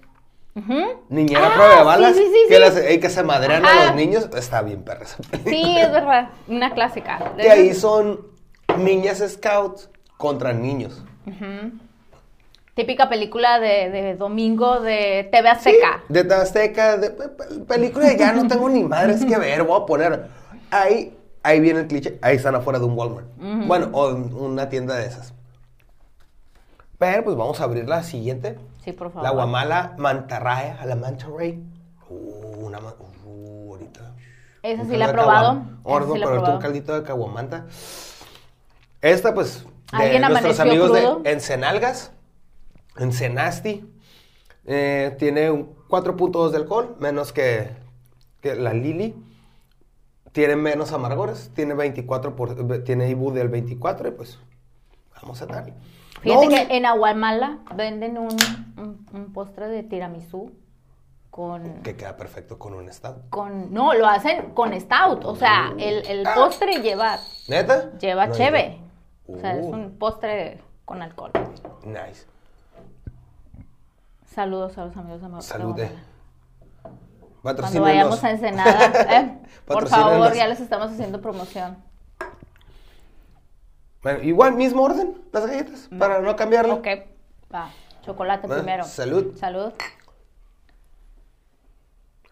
Speaker 2: Ujú.
Speaker 1: Niñera
Speaker 2: Ah,
Speaker 1: prueba de
Speaker 2: sí,
Speaker 1: balas.
Speaker 2: sí, sí,
Speaker 1: que
Speaker 2: sí.
Speaker 1: las- eh, que se madrean a
Speaker 2: Ah.
Speaker 1: los niños. Está bien, perra. esa película.
Speaker 2: Sí, es verdad. Una clásica.
Speaker 1: Que ahí son niñas scouts contra niños.
Speaker 2: Típica película de, de domingo de TV Azteca.
Speaker 1: Sí, de TV Azteca, de pe- pe- película ya no tengo ni madres que ver, voy a poner. Ahí, ahí viene el cliché, ahí están afuera de un Walmart. Bueno, o en una tienda de esas. Pero pues vamos a abrir la siguiente.
Speaker 2: Sí, por favor.
Speaker 1: La guamala mantarraya, a la manta ray. Uh, una ma- uh, ahorita.
Speaker 2: Esa
Speaker 1: Un
Speaker 2: sí la he
Speaker 1: caldo de caguam-
Speaker 2: probado.
Speaker 1: Gordo,
Speaker 2: Esa sí la
Speaker 1: pero
Speaker 2: he
Speaker 1: ahorita un
Speaker 2: probado.
Speaker 1: caldito de caguamanta. Esta, pues, de
Speaker 2: ¿Alguien
Speaker 1: nuestros
Speaker 2: amaneció
Speaker 1: amigos
Speaker 2: crudo?
Speaker 1: de Ensenalgas, Ensenasti, eh, tiene un 4.2 de alcohol, menos que, que la Lili. Tiene menos amargores, tiene 24 por- ve- tiene Ibu del 24 y pues vamos a darle.
Speaker 2: Fíjate
Speaker 1: No,
Speaker 2: que en Aguamala venden un, un- un postre de tiramisú con,
Speaker 1: que queda perfecto con un estado.
Speaker 2: con... No, lo hacen con stout. O sea, el, el
Speaker 1: Ah.
Speaker 2: postre lleva,
Speaker 1: ¿Neta?
Speaker 2: lleva
Speaker 1: No,
Speaker 2: cheve.
Speaker 1: yo-
Speaker 2: O sea, es
Speaker 1: Uh.
Speaker 2: un postre con alcohol.
Speaker 1: Nice.
Speaker 2: Saludos a los amigos de Agu- de
Speaker 1: Salude.
Speaker 2: Aguamala. Cuando
Speaker 1: eh. Patrocínenos.
Speaker 2: vayamos a Ensenada, ¿eh? por favor,
Speaker 1: Patrocínenos.
Speaker 2: ya les estamos haciendo promoción.
Speaker 1: Bueno, igual, mismo orden, las galletas, para no cambiarlo.
Speaker 2: Mm. Ok, va. Chocolate
Speaker 1: Bueno,
Speaker 2: primero.
Speaker 1: salud.
Speaker 2: Salud.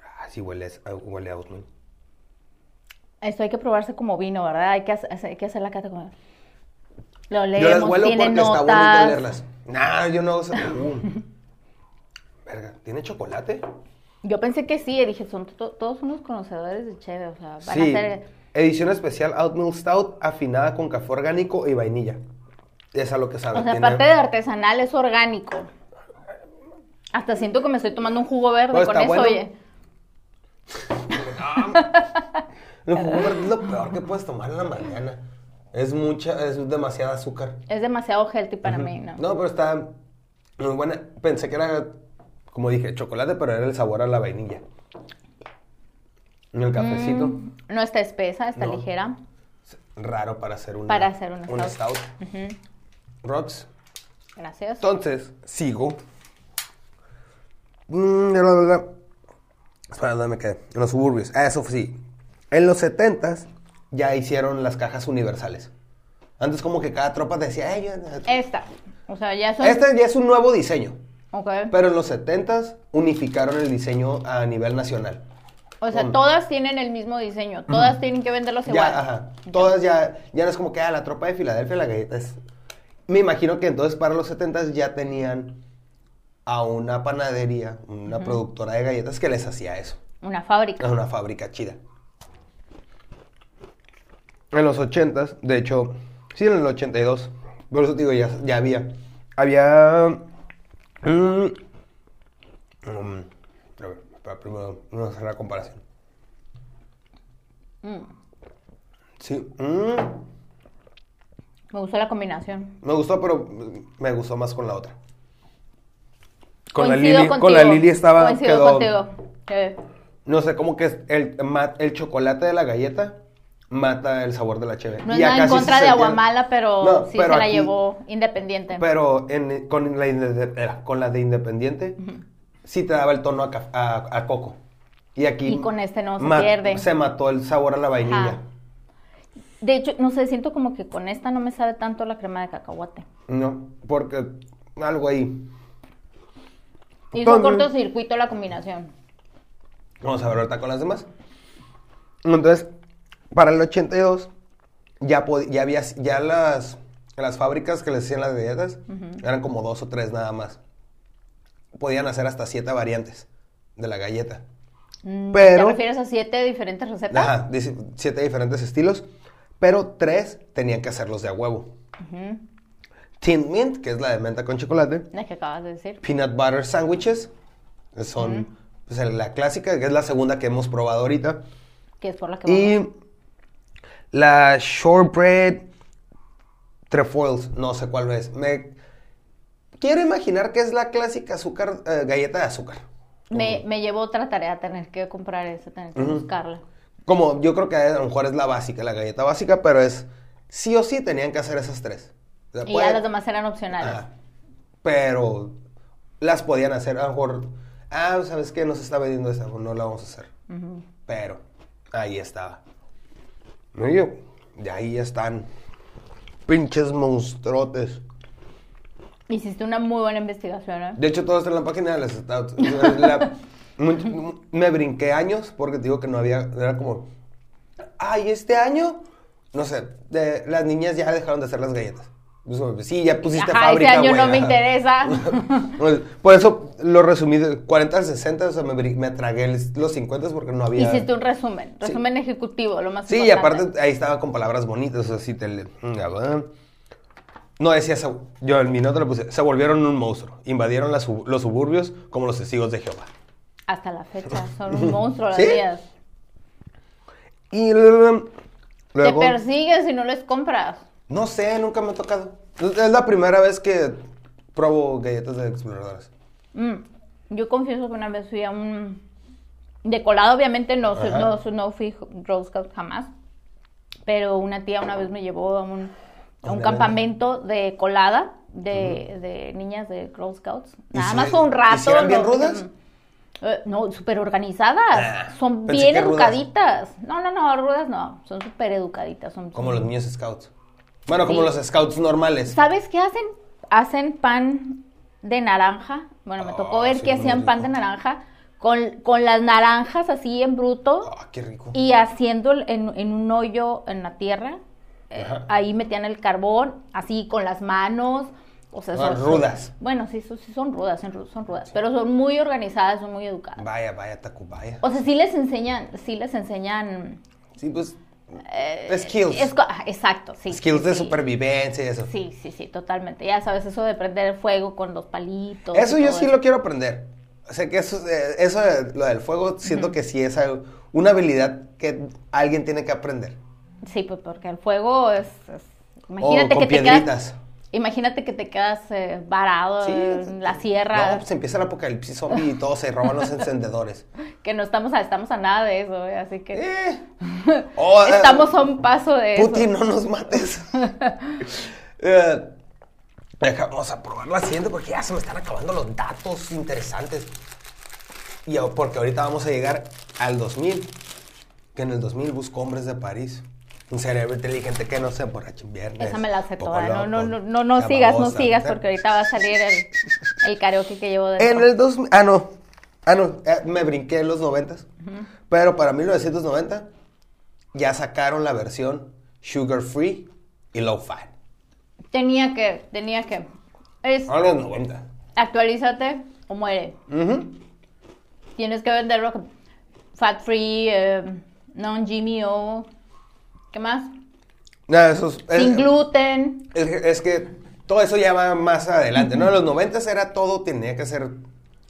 Speaker 1: Ah, sí huele, a- huele a Oatmeal.
Speaker 2: Esto hay que probarse como vino, ¿verdad? Hay que hacer, hay que hacer la cata como...
Speaker 1: Yo
Speaker 2: Lo
Speaker 1: las
Speaker 2: leemos,
Speaker 1: huelo
Speaker 2: tiene
Speaker 1: porque
Speaker 2: notas.
Speaker 1: está bonito olerlas. Nah, yo no hago esa- Uh. Verga, ¿tiene chocolate?
Speaker 2: Yo pensé que sí, y dije, son to- todos unos conocedores de cheve, o sea, van a
Speaker 1: Sí.
Speaker 2: hacer...
Speaker 1: Edición especial Oatmeal Stout afinada con café orgánico y vainilla. Es a lo que sabe.
Speaker 2: O sea,
Speaker 1: tiene-
Speaker 2: aparte de artesanal, es orgánico. Hasta siento que me estoy tomando un jugo verde
Speaker 1: Pues,
Speaker 2: con
Speaker 1: está
Speaker 2: eso,
Speaker 1: bueno.
Speaker 2: oye.
Speaker 1: El jugo verde es lo peor que puedes tomar en la mañana. Es mucha, es demasiada azúcar.
Speaker 2: Es demasiado healthy para mí, ¿no?
Speaker 1: No, pero está muy buena. Pensé que era, como dije, chocolate, pero era el sabor a la vainilla. En el cafecito.
Speaker 2: Mm, no está espesa, está
Speaker 1: No.
Speaker 2: ligera.
Speaker 1: Raro para hacer una,
Speaker 2: Para hacer una
Speaker 1: una
Speaker 2: stout.
Speaker 1: stout. Rocks.
Speaker 2: Gracias.
Speaker 1: Entonces, sigo. Mm, bla, bla, bla. Espera, ¿dónde me quedé? En los suburbios. Ah, eso sí. En los 70s ya hicieron las cajas universales. Antes como que cada tropa decía, "Ay, yo-
Speaker 2: Esta. O sea, ya Eh, son...
Speaker 1: este ya es un nuevo diseño.
Speaker 2: Ok.
Speaker 1: Pero en los 70s unificaron el diseño a nivel nacional.
Speaker 2: O sea,
Speaker 1: Bueno.
Speaker 2: todas tienen el mismo diseño. Todas tienen que venderlos igual.
Speaker 1: Ya, ajá. Todas ya, ya no es como que ah, la tropa de Filadelfia, la galleta es. Me imagino que entonces para los 70 ya tenían a una panadería, una productora de galletas que les hacía eso.
Speaker 2: Una fábrica.
Speaker 1: Es una fábrica chida. En los 80, de hecho, sí, en el 82, por eso te digo, ya, ya había. Había. mm, mm, a ver, espera, primero, vamos a hacer la comparación.
Speaker 2: Mm,
Speaker 1: Sí, mm,
Speaker 2: Me gustó la combinación.
Speaker 1: Me gustó, pero mm, me gustó más con la otra. Con la
Speaker 2: Coincido
Speaker 1: Lili, con
Speaker 2: contigo.
Speaker 1: la Lili estaba
Speaker 2: Coincido
Speaker 1: quedó-
Speaker 2: contigo. Eh,
Speaker 1: no sé, como que el, ma- el chocolate de la galleta mata el sabor de la cheve.
Speaker 2: No
Speaker 1: Y
Speaker 2: es nada
Speaker 1: acá
Speaker 2: en
Speaker 1: sí se
Speaker 2: contra de
Speaker 1: sentía-
Speaker 2: Aguamala, pero
Speaker 1: No,
Speaker 2: sí
Speaker 1: pero
Speaker 2: se la
Speaker 1: aquí-
Speaker 2: llevó independiente.
Speaker 1: Pero en- con, la, inde- era, con la de Independiente sí te daba el tono a, ca- a- a coco. Y aquí
Speaker 2: Y con este no, se
Speaker 1: ma-
Speaker 2: pierde.
Speaker 1: Se mató el sabor a la vainilla.
Speaker 2: Ajá. De hecho, no sé, siento como que con esta no me sabe tanto la crema de cacahuate.
Speaker 1: No, porque algo ahí.
Speaker 2: Hizo
Speaker 1: También.
Speaker 2: cortocircuito la combinación.
Speaker 1: Vamos a ver ahorita con las demás. Entonces, para el 82, ya, pod- ya había, ya las, las fábricas que les hacían las galletas eran como dos o tres nada más. Podían hacer hasta siete variantes de la galleta.
Speaker 2: Mm, ¿Te
Speaker 1: Pero-
Speaker 2: refieres a siete diferentes recetas?
Speaker 1: Ajá, dice- siete diferentes estilos, pero tres tenían que hacerlos de a huevo.
Speaker 2: Ujú,
Speaker 1: Tin Mint, que es la de menta con chocolate.
Speaker 2: La que acabas de decir.
Speaker 1: peanut butter sandwiches. que Son pues, la clásica, que es la segunda que hemos probado ahorita.
Speaker 2: Que es por la que vamos.
Speaker 1: Y la shortbread trefoils, no sé cuál es. Me quiero imaginar que es la clásica azúcar, eh, galleta de azúcar.
Speaker 2: Me, me llevó otra tarea tener que comprar esa, tener que buscarla.
Speaker 1: Como yo creo que a lo mejor es la básica, la galleta básica, pero es sí o sí tenían que hacer esas tres. O sea,
Speaker 2: Y
Speaker 1: puede-
Speaker 2: ya las demás eran opcionales.
Speaker 1: Ajá. Pero las podían hacer, a lo mejor ah, ¿sabes qué? Nos está vendiendo esta, pues no la vamos a hacer. Pero ahí estaba. No, yo, de ahí ya están pinches monstruotes.
Speaker 2: Hiciste una muy buena investigación, ¿eh?
Speaker 1: De hecho, todo está en la página de las stats. La- mu- me brinqué años porque te digo que no había. Era como. Ay, este año. No sé, de- las niñas ya dejaron de hacer las galletas. Pues, como, Sí, ya pusiste
Speaker 2: Ajá,
Speaker 1: fábrica.
Speaker 2: ese año
Speaker 1: güey,
Speaker 2: no me
Speaker 1: ajá.
Speaker 2: interesa.
Speaker 1: Pues, Por eso lo resumí de 40 al 60. O sea, me, brin- me tragué el- los 50 porque no había.
Speaker 2: Hiciste un resumen, resumen ejecutivo, lo más
Speaker 1: Sí, y
Speaker 2: importante.
Speaker 1: aparte ahí estaba con palabras bonitas, así te le- No decía, se- yo en mi nota le puse, se volvieron un monstruo, invadieron las sub- los suburbios como los testigos de Jehová.
Speaker 2: Hasta la fecha, son un monstruo las
Speaker 1: ¿Sí?
Speaker 2: mías.
Speaker 1: Y eh,
Speaker 2: Te
Speaker 1: luego,
Speaker 2: persigues si no les compras.
Speaker 1: no sé, nunca me ha tocado. Es la primera vez que probo galletas de exploradores.
Speaker 2: Mm, Yo confieso que una vez fui a un decolado, obviamente no, soy-
Speaker 1: Ajá.
Speaker 2: no, soy- no fui Girl Scout jamás, pero una tía una vez me llevó a un, a
Speaker 1: ¿A
Speaker 2: un
Speaker 1: una
Speaker 2: campamento de colada de, de niñas de Girl Scouts.
Speaker 1: ¿Y
Speaker 2: Nada
Speaker 1: se-
Speaker 2: más fue un
Speaker 1: y
Speaker 2: rato.
Speaker 1: si eran bien
Speaker 2: no-
Speaker 1: rudas?
Speaker 2: Eh, no, súper organizadas.
Speaker 1: Ah,
Speaker 2: son
Speaker 1: pensé
Speaker 2: bien
Speaker 1: que rudas.
Speaker 2: educaditas. No, no, no, rudas no. Son súper educaditas. Son,
Speaker 1: Como
Speaker 2: son-
Speaker 1: los niños scouts. Bueno, como
Speaker 2: Sí.
Speaker 1: los scouts normales.
Speaker 2: ¿Sabes qué hacen? Hacen pan de naranja. Bueno, me tocó
Speaker 1: Ah,
Speaker 2: ver
Speaker 1: sí,
Speaker 2: que
Speaker 1: muy
Speaker 2: hacían pan de
Speaker 1: rico.
Speaker 2: naranja con, con las naranjas así en bruto
Speaker 1: Ah, qué rico.
Speaker 2: y haciendo el- en, en un hoyo en la tierra. Eh,
Speaker 1: Ajá.
Speaker 2: ahí metían el carbón, así con las manos. O sea,
Speaker 1: Ah,
Speaker 2: son-
Speaker 1: rudas.
Speaker 2: bueno, sí, son, sí son rudas, son, ru- son rudas. Pero son muy organizadas, son muy educadas.
Speaker 1: Vaya, vaya, Tacubaya.
Speaker 2: O sea, sí les enseñan, sí les enseñan...
Speaker 1: Sí, pues,
Speaker 2: eh,
Speaker 1: Skills.
Speaker 2: es co- ah, exacto, sí.
Speaker 1: skills de
Speaker 2: sí.
Speaker 1: supervivencia y eso.
Speaker 2: Sí, sí, sí, totalmente. Ya sabes, eso de prender fuego con los palitos. y
Speaker 1: Eso yo
Speaker 2: todo
Speaker 1: sí lo quiero aprender. O sea, que eso, eh, eso de lo del fuego, siento que sí es algo- una habilidad que alguien tiene que aprender.
Speaker 2: Sí, pues porque el fuego es. es-
Speaker 1: o
Speaker 2: Imagínate
Speaker 1: Oh, con
Speaker 2: que te quedas.
Speaker 1: piedritas.
Speaker 2: Imagínate que te quedas eh, varado
Speaker 1: Sí,
Speaker 2: en la
Speaker 1: No,
Speaker 2: sierra.
Speaker 1: pues empieza el apocalipsis zombie y todos se roban los encendedores.
Speaker 2: Que no estamos a, estamos a nada de eso, eh, así que.
Speaker 1: Eh. Oh, eh,
Speaker 2: estamos a un paso de eso.
Speaker 1: Putin, no nos mates. Eh, deja- vamos a probar la siguiente porque ya se me están acabando los datos interesantes. Y a- porque ahorita vamos a llegar al 2000. Que en el 2000 busco hombres de París. Un cerebro inteligente que no se emborracha en viernes.
Speaker 2: Esa me la sé
Speaker 1: poco
Speaker 2: toda. No, no,
Speaker 1: loco,
Speaker 2: no, no, no
Speaker 1: la
Speaker 2: sigas,
Speaker 1: babosa,
Speaker 2: no sigas,
Speaker 1: ¿verdad?
Speaker 2: porque ahorita va a salir el, el karaoke que llevo
Speaker 1: En
Speaker 2: dentro.
Speaker 1: el 2000. Ah, no. Ah, no. eh, me brinqué en los 90. Pero para 1990 ya sacaron la versión sugar free y low fat.
Speaker 2: Tenía que, tenía que. Es,
Speaker 1: A los 90.
Speaker 2: actualízate o muere.
Speaker 1: Ujú.
Speaker 2: Tienes que venderlo con fat free, eh, non-GMO, ¿qué más?
Speaker 1: Nada, eso es, es-
Speaker 2: Sin gluten.
Speaker 1: es que- es que todo eso ya va más adelante, ¿no? En los 90 era todo, tenía que ser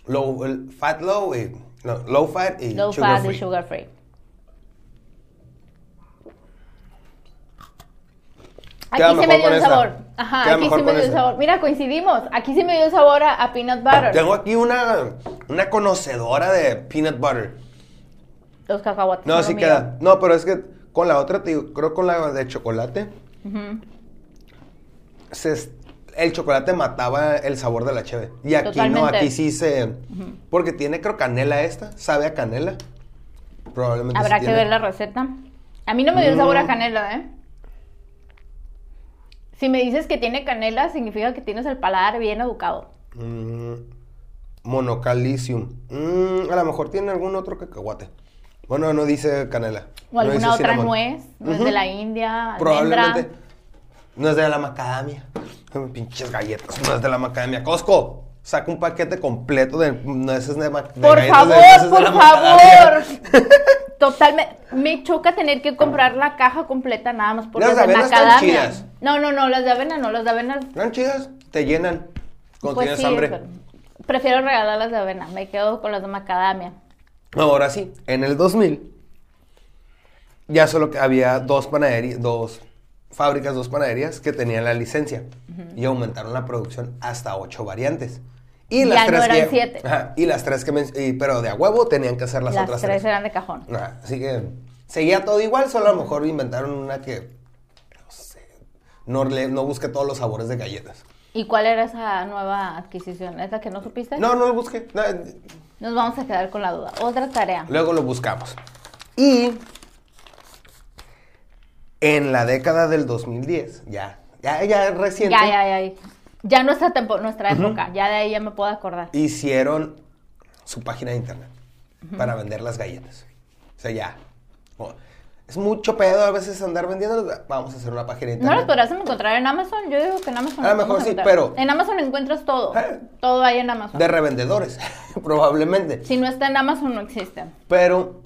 Speaker 1: low, el fat low y no, low fat y
Speaker 2: Low
Speaker 1: sugar
Speaker 2: fat
Speaker 1: free.
Speaker 2: y sugar free. Aquí
Speaker 1: Queda
Speaker 2: sí
Speaker 1: mejor
Speaker 2: me dio
Speaker 1: con
Speaker 2: el
Speaker 1: esa.
Speaker 2: sabor. Ajá,
Speaker 1: Queda
Speaker 2: aquí
Speaker 1: mejor
Speaker 2: sí me
Speaker 1: con
Speaker 2: dio el
Speaker 1: esa.
Speaker 2: sabor. Mira, coincidimos. Aquí sí me dio el sabor a, a peanut butter.
Speaker 1: Tengo aquí una, una conocedora de peanut butter.
Speaker 2: Los cacahuates.
Speaker 1: No,
Speaker 2: son
Speaker 1: sí
Speaker 2: lo mío.
Speaker 1: queda. No, pero es que con la otra, te digo, creo con la de chocolate,
Speaker 2: Ujú.
Speaker 1: se es- el chocolate mataba el sabor de la cheve. Y aquí no,
Speaker 2: Totalmente.
Speaker 1: aquí sí se... Porque tiene, creo, canela esta, sabe a canela. Probablemente sí
Speaker 2: Habrá que
Speaker 1: tiene. Mm.
Speaker 2: ver la receta. A mí no me dio el sabor a canela, ¿eh? Si me dices que tiene canela, significa que tienes el paladar bien educado.
Speaker 1: Mm, monocalicium. Mm, a lo mejor tiene algún otro cacahuate. Bueno, no dice canela.
Speaker 2: O alguna
Speaker 1: no dice
Speaker 2: otra
Speaker 1: cinnamon.
Speaker 2: nuez, nuez
Speaker 1: Ujú.
Speaker 2: de la India,
Speaker 1: Probablemente.
Speaker 2: almendra.
Speaker 1: No es de la macadamia. Ay, Pinches galletas, no es de la macadamia. Costco, saca un paquete completo de nueces de macadamia.
Speaker 2: Por favor, por favor. Totalmente. Me choca tener que comprar la caja completa nada más por
Speaker 1: Las
Speaker 2: las, de
Speaker 1: avenas están
Speaker 2: macadamia.
Speaker 1: chidas.
Speaker 2: No, no, no, las de avena no, las de avena.
Speaker 1: ¿Están chidas? Te llenan cuando
Speaker 2: pues
Speaker 1: tienes
Speaker 2: sí,
Speaker 1: hambre.
Speaker 2: pero prefiero regalar las de avena. Me quedo con las de macadamia.
Speaker 1: Ahora sí, en el 2000 ya solo que había dos panaderías, dos fábricas, dos panaderías que tenían la licencia y aumentaron la producción hasta ocho variantes. Y las
Speaker 2: Ya no
Speaker 1: tres
Speaker 2: eran
Speaker 1: que-
Speaker 2: siete.
Speaker 1: Ajá, y las tres que men- y- pero de a huevo tenían que hacer las,
Speaker 2: Las,
Speaker 1: otras
Speaker 2: tres
Speaker 1: tres.
Speaker 2: eran de cajón.
Speaker 1: Ajá, así que seguía todo igual, solo a lo mejor inventaron una que no sé, no, le- no busque todos los sabores de galletas.
Speaker 2: ¿Y cuál era esa nueva adquisición? ¿Es la que no supiste?
Speaker 1: No, no lo busqué. No,
Speaker 2: Nos vamos a quedar con la duda. Otra tarea.
Speaker 1: Luego lo buscamos. Y en la década del 2010, ya, ya, ya reciente,
Speaker 2: Ya, ya, ya. ya. Ya nuestra, tempo- nuestra época. Ya de ahí ya me puedo acordar.
Speaker 1: hicieron su página de internet para vender las galletas. O sea, ya. como, es mucho pedo a veces andar vendiendo. Vamos a hacer una página de
Speaker 2: ¿No las
Speaker 1: internet.
Speaker 2: podrás encontrar en Amazon? Yo digo que en Amazon.
Speaker 1: A lo
Speaker 2: las
Speaker 1: mejor
Speaker 2: podemos
Speaker 1: sí,
Speaker 2: encontrar.
Speaker 1: pero-
Speaker 2: En Amazon encuentras todo.
Speaker 1: ¿Eh?
Speaker 2: Todo hay en Amazon.
Speaker 1: de revendedores, probablemente.
Speaker 2: Si no está en Amazon, no existe.
Speaker 1: Pero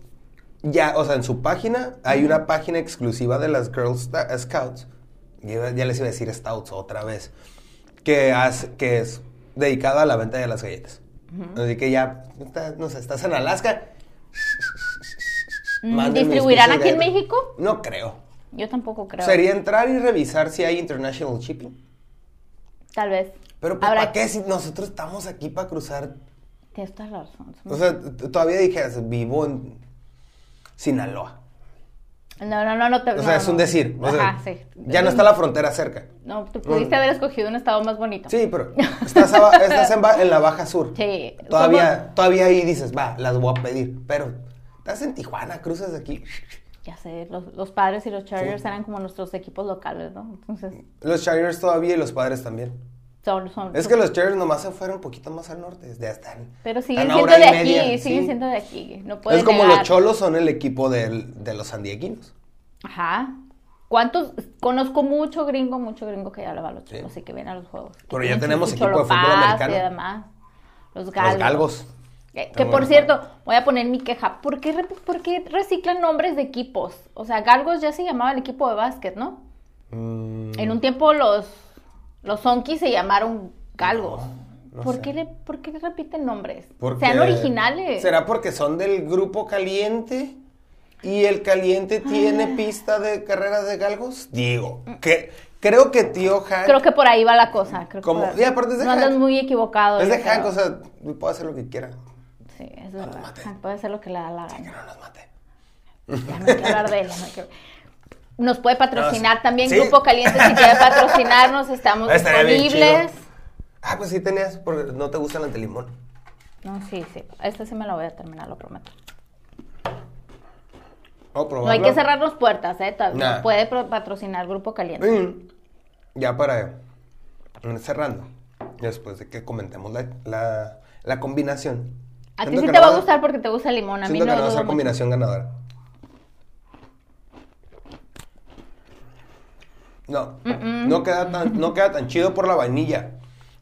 Speaker 1: ya, o sea, en su página hay una página exclusiva de las Girl Sta- Scouts. Ya, ya les iba a decir Stouts otra vez. Que, hace- que es dedicada a la venta de las galletas. Así que ya, está- no sé, estás en Alaska.
Speaker 2: Mm,
Speaker 1: mándenme
Speaker 2: ¿Distribuirán
Speaker 1: sus
Speaker 2: aquí en
Speaker 1: galletas.
Speaker 2: México?
Speaker 1: No creo.
Speaker 2: Yo tampoco creo.
Speaker 1: Sería entrar y revisar si hay international shipping.
Speaker 2: Tal vez.
Speaker 1: Pero pues,
Speaker 2: Habrá-
Speaker 1: ¿para qué si nosotros estamos aquí para cruzar?
Speaker 2: Tienes toda la razón.
Speaker 1: O sea, t- todavía dijeras, vivo en Sinaloa.
Speaker 2: No, no, no, no te
Speaker 1: O sea,
Speaker 2: no,
Speaker 1: es un
Speaker 2: no.
Speaker 1: decir. o sea,
Speaker 2: Ajá, sí.
Speaker 1: Ya no está la frontera cerca.
Speaker 2: No, tú pudiste haber escogido un estado más bonito.
Speaker 1: Sí, pero estás, aba- estás en, ba- en la Baja Sur.
Speaker 2: Sí.
Speaker 1: Todavía,
Speaker 2: Somos-
Speaker 1: todavía ahí dices, va, las voy a pedir. Pero estás en Tijuana, cruzas aquí.
Speaker 2: Ya sé, los, los padres y los Chargers eran como nuestros equipos locales, ¿no? Entonces,
Speaker 1: Los Chargers todavía y los padres también.
Speaker 2: son... son
Speaker 1: Es que los Chargers nomás se fueron un poquito más al norte. Ya están.
Speaker 2: Pero siguen
Speaker 1: están a
Speaker 2: siendo
Speaker 1: hora
Speaker 2: de
Speaker 1: y
Speaker 2: aquí,
Speaker 1: media,
Speaker 2: siguen
Speaker 1: sí.
Speaker 2: siendo de aquí. No puedes
Speaker 1: Es como
Speaker 2: negar.
Speaker 1: los cholos son el equipo del- de los sandieguinos.
Speaker 2: Ajá. ¿Cuántos? Conozco mucho gringo, mucho gringo que ya le va a los cholos
Speaker 1: Sí.
Speaker 2: y que vienen a los juegos. Que
Speaker 1: Pero ya
Speaker 2: tienen su-
Speaker 1: tenemos
Speaker 2: su
Speaker 1: equipo de fútbol
Speaker 2: Cholopaz
Speaker 1: americano.
Speaker 2: Y además, los galgos. Eh,
Speaker 1: Los galgos.
Speaker 2: Que, que,
Speaker 1: Pero bueno.
Speaker 2: por cierto, voy a poner mi queja. ¿Por qué, re- por qué reciclan nombres de equipos? O sea, Galgos ya se llamaba el equipo de básquet, ¿no?
Speaker 1: Mm,
Speaker 2: En un tiempo los, los Sonkis se llamaron Galgos.
Speaker 1: No, no
Speaker 2: ¿Por,
Speaker 1: sé.
Speaker 2: qué le, ¿Por qué le repiten nombres?
Speaker 1: Porque-
Speaker 2: Sean originales.
Speaker 1: ¿Será porque son del grupo caliente? ¿Y el caliente tiene
Speaker 2: Ah.
Speaker 1: pista de carreras de galgos? Digo, que creo que tío Hank.
Speaker 2: Creo que por ahí va la cosa. Creo que
Speaker 1: Como-
Speaker 2: por ahí-
Speaker 1: y aparte es de
Speaker 2: no andas
Speaker 1: Hank.
Speaker 2: muy equivocado.
Speaker 1: es
Speaker 2: yo
Speaker 1: de Hank,
Speaker 2: creo.
Speaker 1: o sea, puede hacer lo que quiera.
Speaker 2: Sí,
Speaker 1: Ah,
Speaker 2: eso es verdad.
Speaker 1: mates.
Speaker 2: Hank puede hacer lo que le da la
Speaker 1: Que
Speaker 2: gana.
Speaker 1: no nos mate.
Speaker 2: Ya no hay que hablar de él. ya no hay que- Nos puede patrocinar
Speaker 1: No, sí.
Speaker 2: también
Speaker 1: Ah, Sí.
Speaker 2: Grupo Caliente si quiere patrocinarnos. Estamos
Speaker 1: Estaría bien
Speaker 2: disponibles.
Speaker 1: chido. Ah, pues sí tenías, porque no te gusta el antelimón.
Speaker 2: No, sí, sí. Esta sí me la voy a terminar, lo prometo.
Speaker 1: Oh,
Speaker 2: No hay
Speaker 1: probarlo.
Speaker 2: que cerrarnos puertas, ¿eh? Todavía
Speaker 1: Nah.
Speaker 2: nos puede pro- patrocinar Grupo Caliente.
Speaker 1: Mm, Ya para ir cerrando, después de que comentemos la, la- la combinación.
Speaker 2: A ti
Speaker 1: Siento
Speaker 2: sí
Speaker 1: que
Speaker 2: te
Speaker 1: no
Speaker 2: va a gustar porque te gusta el limón. A mí
Speaker 1: Siento
Speaker 2: no
Speaker 1: que no va a
Speaker 2: dudo
Speaker 1: ser
Speaker 2: mucho.
Speaker 1: combinación ganadora. No, no, queda tan, no queda tan chido por la vainilla.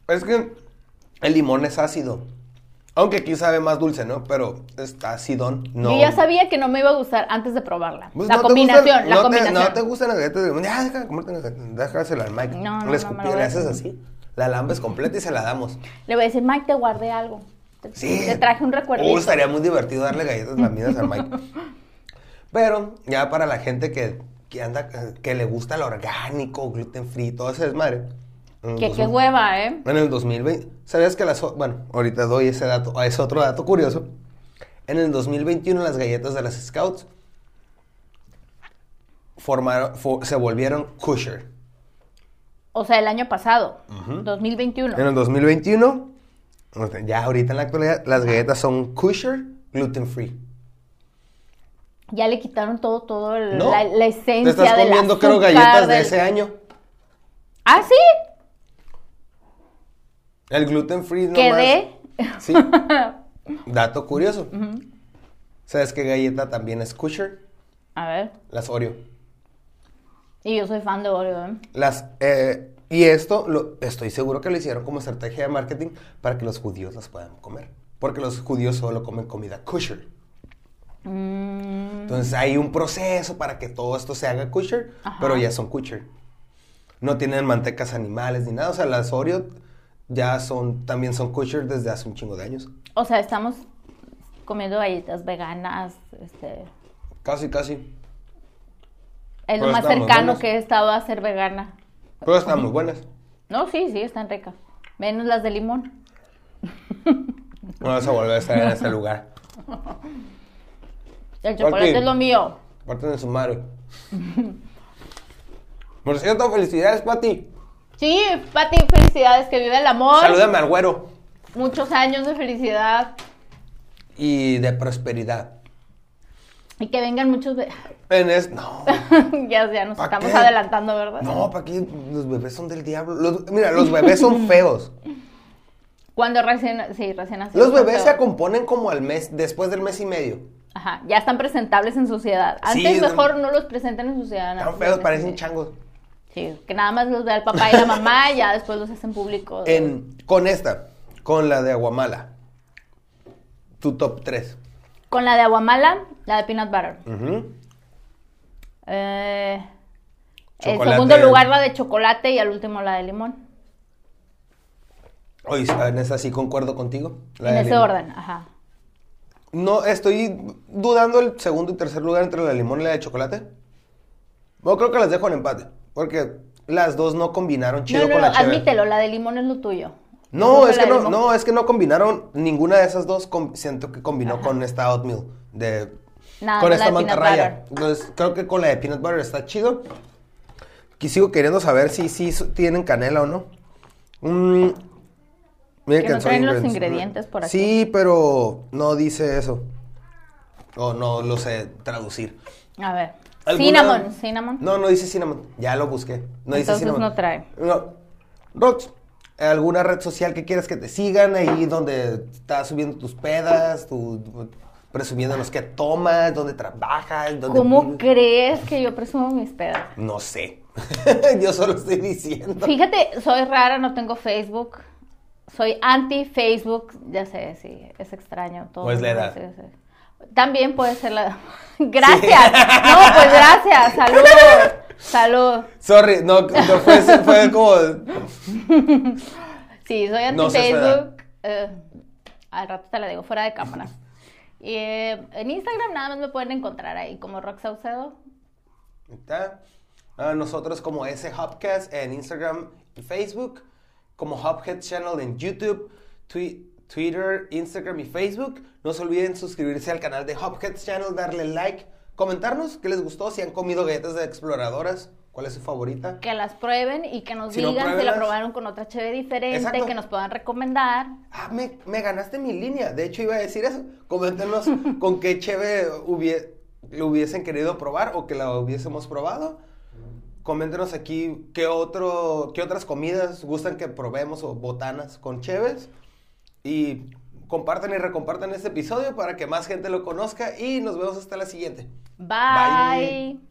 Speaker 1: Es que el limón es ácido. Aunque aquí sabe más dulce, ¿no? Pero está acidón. No.
Speaker 2: Yo ya sabía que no me iba a gustar antes de probarla.
Speaker 1: Pues
Speaker 2: la
Speaker 1: no te
Speaker 2: combinación,
Speaker 1: gustan-
Speaker 2: la
Speaker 1: no
Speaker 2: combinación.
Speaker 1: Te, no te gustan las galletas de limón. Ya, deja de comerte las galletas. Déjasela al Mike.
Speaker 2: No, no,
Speaker 1: le,
Speaker 2: no me
Speaker 1: escupí-
Speaker 2: lo voy
Speaker 1: le
Speaker 2: a
Speaker 1: haces
Speaker 2: comer.
Speaker 1: así. La lambes completa y se la damos.
Speaker 2: Le voy a decir, Mike, te guardé algo. Te,
Speaker 1: Sí.
Speaker 2: te traje un recuerdito.
Speaker 1: Uh, estaría muy divertido darle galletas lamidas al Mike. Pero ya para la gente que, que anda, que le gusta lo orgánico, gluten free, todo ese desmadre. en el
Speaker 2: que qué
Speaker 1: 2000
Speaker 2: hueva, ¿eh?
Speaker 1: En el 2020, ¿sabías que las... o- Bueno, ahorita doy ese dato, ah, es otro dato curioso. En el 2021 las galletas de las Scouts formaron, fo- se volvieron kosher.
Speaker 2: O sea, el año pasado, 2021.
Speaker 1: En el 2021, o sea, ya ahorita en la actualidad, las galletas son kosher, gluten free.
Speaker 2: Ya le quitaron todo, todo el-
Speaker 1: No.
Speaker 2: la, la esencia
Speaker 1: Te estás
Speaker 2: del
Speaker 1: comiendo,
Speaker 2: azúcar,
Speaker 1: creo, galletas de
Speaker 2: del-
Speaker 1: ese año.
Speaker 2: Ah, sí.
Speaker 1: El gluten free nomás.
Speaker 2: Quedé.
Speaker 1: Sí. Dato curioso. ¿Sabes qué galleta también es kosher?
Speaker 2: A ver.
Speaker 1: Las Oreo.
Speaker 2: Y yo soy fan de Oreo, ¿eh?
Speaker 1: Las, eh, y esto lo, estoy seguro que lo hicieron como estrategia de marketing para que los judíos las puedan comer. Porque los judíos solo comen comida kosher.
Speaker 2: Mm,
Speaker 1: Entonces hay un proceso para que todo esto se haga kosher,
Speaker 2: Ajá.
Speaker 1: pero ya son kosher. No tienen mantecas animales ni nada. O sea, las Oreo ya son, también son kosher desde hace un chingo de años.
Speaker 2: o sea, estamos comiendo galletas veganas, este...
Speaker 1: Casi, casi.
Speaker 2: Es lo
Speaker 1: Pero
Speaker 2: más
Speaker 1: estamos
Speaker 2: cercano
Speaker 1: buenas.
Speaker 2: que he estado a ser vegana.
Speaker 1: Pero están muy buenas.
Speaker 2: No, sí, sí, están ricas. Menos las de limón.
Speaker 1: No vas a volver a estar en ese lugar.
Speaker 2: El chocolate
Speaker 1: Ok.
Speaker 2: es lo mío.
Speaker 1: Aparte de su madre. Por cierto, felicidades, Pati.
Speaker 2: Sí, Pati, felicidades, que vive el amor.
Speaker 1: Salúdame al güero.
Speaker 2: Muchos años de felicidad.
Speaker 1: y de prosperidad.
Speaker 2: Y que vengan muchos bebés.
Speaker 1: En es, no,
Speaker 2: ya, ya nos
Speaker 1: ¿Pa
Speaker 2: estamos
Speaker 1: qué?
Speaker 2: adelantando, ¿verdad?
Speaker 1: no, para aquí los bebés son del diablo. Los- mira, los bebés son feos.
Speaker 2: Cuando recién, sí, recién nacidos.
Speaker 1: Los
Speaker 2: son
Speaker 1: bebés se
Speaker 2: peor.
Speaker 1: acomponen como al mes, después del mes y medio.
Speaker 2: Ajá, ya están presentables en sociedad.
Speaker 1: Sí,
Speaker 2: Antes
Speaker 1: es-
Speaker 2: mejor no los presenten en sociedad. nada
Speaker 1: Están
Speaker 2: más.
Speaker 1: feos, parecen changos.
Speaker 2: Sí, que nada más los vea el papá y la mamá y ya después los hacen públicos.
Speaker 1: En, con esta, con la de Aguamala. Tu top 3.
Speaker 2: Con la de Aguamala, la de Peanut Butter. Eh, en
Speaker 1: Chocolate.
Speaker 2: segundo lugar la de chocolate y al último la de limón.
Speaker 1: Oye, en esa sí concuerdo contigo. la
Speaker 2: en
Speaker 1: de
Speaker 2: ese
Speaker 1: limón.
Speaker 2: orden, ajá.
Speaker 1: No, estoy dudando el segundo y tercer lugar entre la de limón y la de chocolate. Yo creo que las dejo en empate. Porque las dos no combinaron chido
Speaker 2: No, no,
Speaker 1: con
Speaker 2: no,
Speaker 1: la cheve.
Speaker 2: admítelo, la de limón es lo tuyo.
Speaker 1: No,
Speaker 2: Yo creo
Speaker 1: es que
Speaker 2: la de
Speaker 1: no,
Speaker 2: limón-
Speaker 1: no, es que no combinaron ninguna de esas dos. com- siento que combinó con esta oatmeal de
Speaker 2: Nada,
Speaker 1: con
Speaker 2: la
Speaker 1: esta
Speaker 2: de peanut
Speaker 1: mantarraya.
Speaker 2: butter.
Speaker 1: Entonces, creo que con la de peanut butter está chido. Que sigo queriendo saber si sí su- tienen canela o no. Mm, mira
Speaker 2: Que no
Speaker 1: en
Speaker 2: traen
Speaker 1: Soy
Speaker 2: los
Speaker 1: Ingredients-
Speaker 2: ingredientes por aquí.
Speaker 1: Sí, pero no dice eso. O no lo sé traducir.
Speaker 2: A ver.
Speaker 1: ¿Alguna-
Speaker 2: Cinnamon, cinnamon.
Speaker 1: No, no dice cinnamon. Ya lo busqué. No dice
Speaker 2: Entonces
Speaker 1: cinnamon.
Speaker 2: no trae.
Speaker 1: No. Rox, ¿alguna red social que quieras que te sigan ahí donde estás subiendo tus pedas, tu, presumiéndonos qué tomas, dónde trabajas, dónde
Speaker 2: ¿Cómo
Speaker 1: vives?
Speaker 2: crees que yo presumo mis pedas?
Speaker 1: No sé. Yo solo estoy diciendo.
Speaker 2: Fíjate, soy rara, no tengo Facebook. Soy anti-Facebook, ya sé, sí, es extraño todo.
Speaker 1: O es Pues la edad.
Speaker 2: Sí, sí. También puede ser la... Gracias. No, pues gracias. Salud. Salud.
Speaker 1: Sorry, no, no, fue, fue como...
Speaker 2: Sí, soy
Speaker 1: No sé su edad.
Speaker 2: anti-Facebook. eh, al rato te la digo, fuera de cámara. Y, eh, en Instagram nada más me pueden encontrar ahí como Rox Saucedo.
Speaker 1: ¿Está? Ah, nosotros como ese Hubcast en Instagram y Facebook, como Hubhead Channel en YouTube, Twi- Twitter, Instagram y Facebook. No se olviden suscribirse al canal de Hubhead Channel, darle like, comentarnos qué les gustó, si han comido galletas de exploradoras, cuál es su favorita.
Speaker 2: Que las prueben y que nos
Speaker 1: Si no,
Speaker 2: digan si la
Speaker 1: pruébenlas.
Speaker 2: probaron con otra chévere diferente,
Speaker 1: Exacto.
Speaker 2: que nos puedan recomendar.
Speaker 1: Ah, me, me ganaste mi línea. De hecho, iba a decir eso. Coméntenos con qué cheve hubie- lo hubiesen querido probar o que la hubiésemos probado. Coméntenos aquí qué, otro, qué otras comidas gustan que probemos o botanas con cheves. Y compartan y recompartan este episodio para que más gente lo conozca. Y nos vemos hasta la siguiente.
Speaker 2: Bye.
Speaker 1: Bye.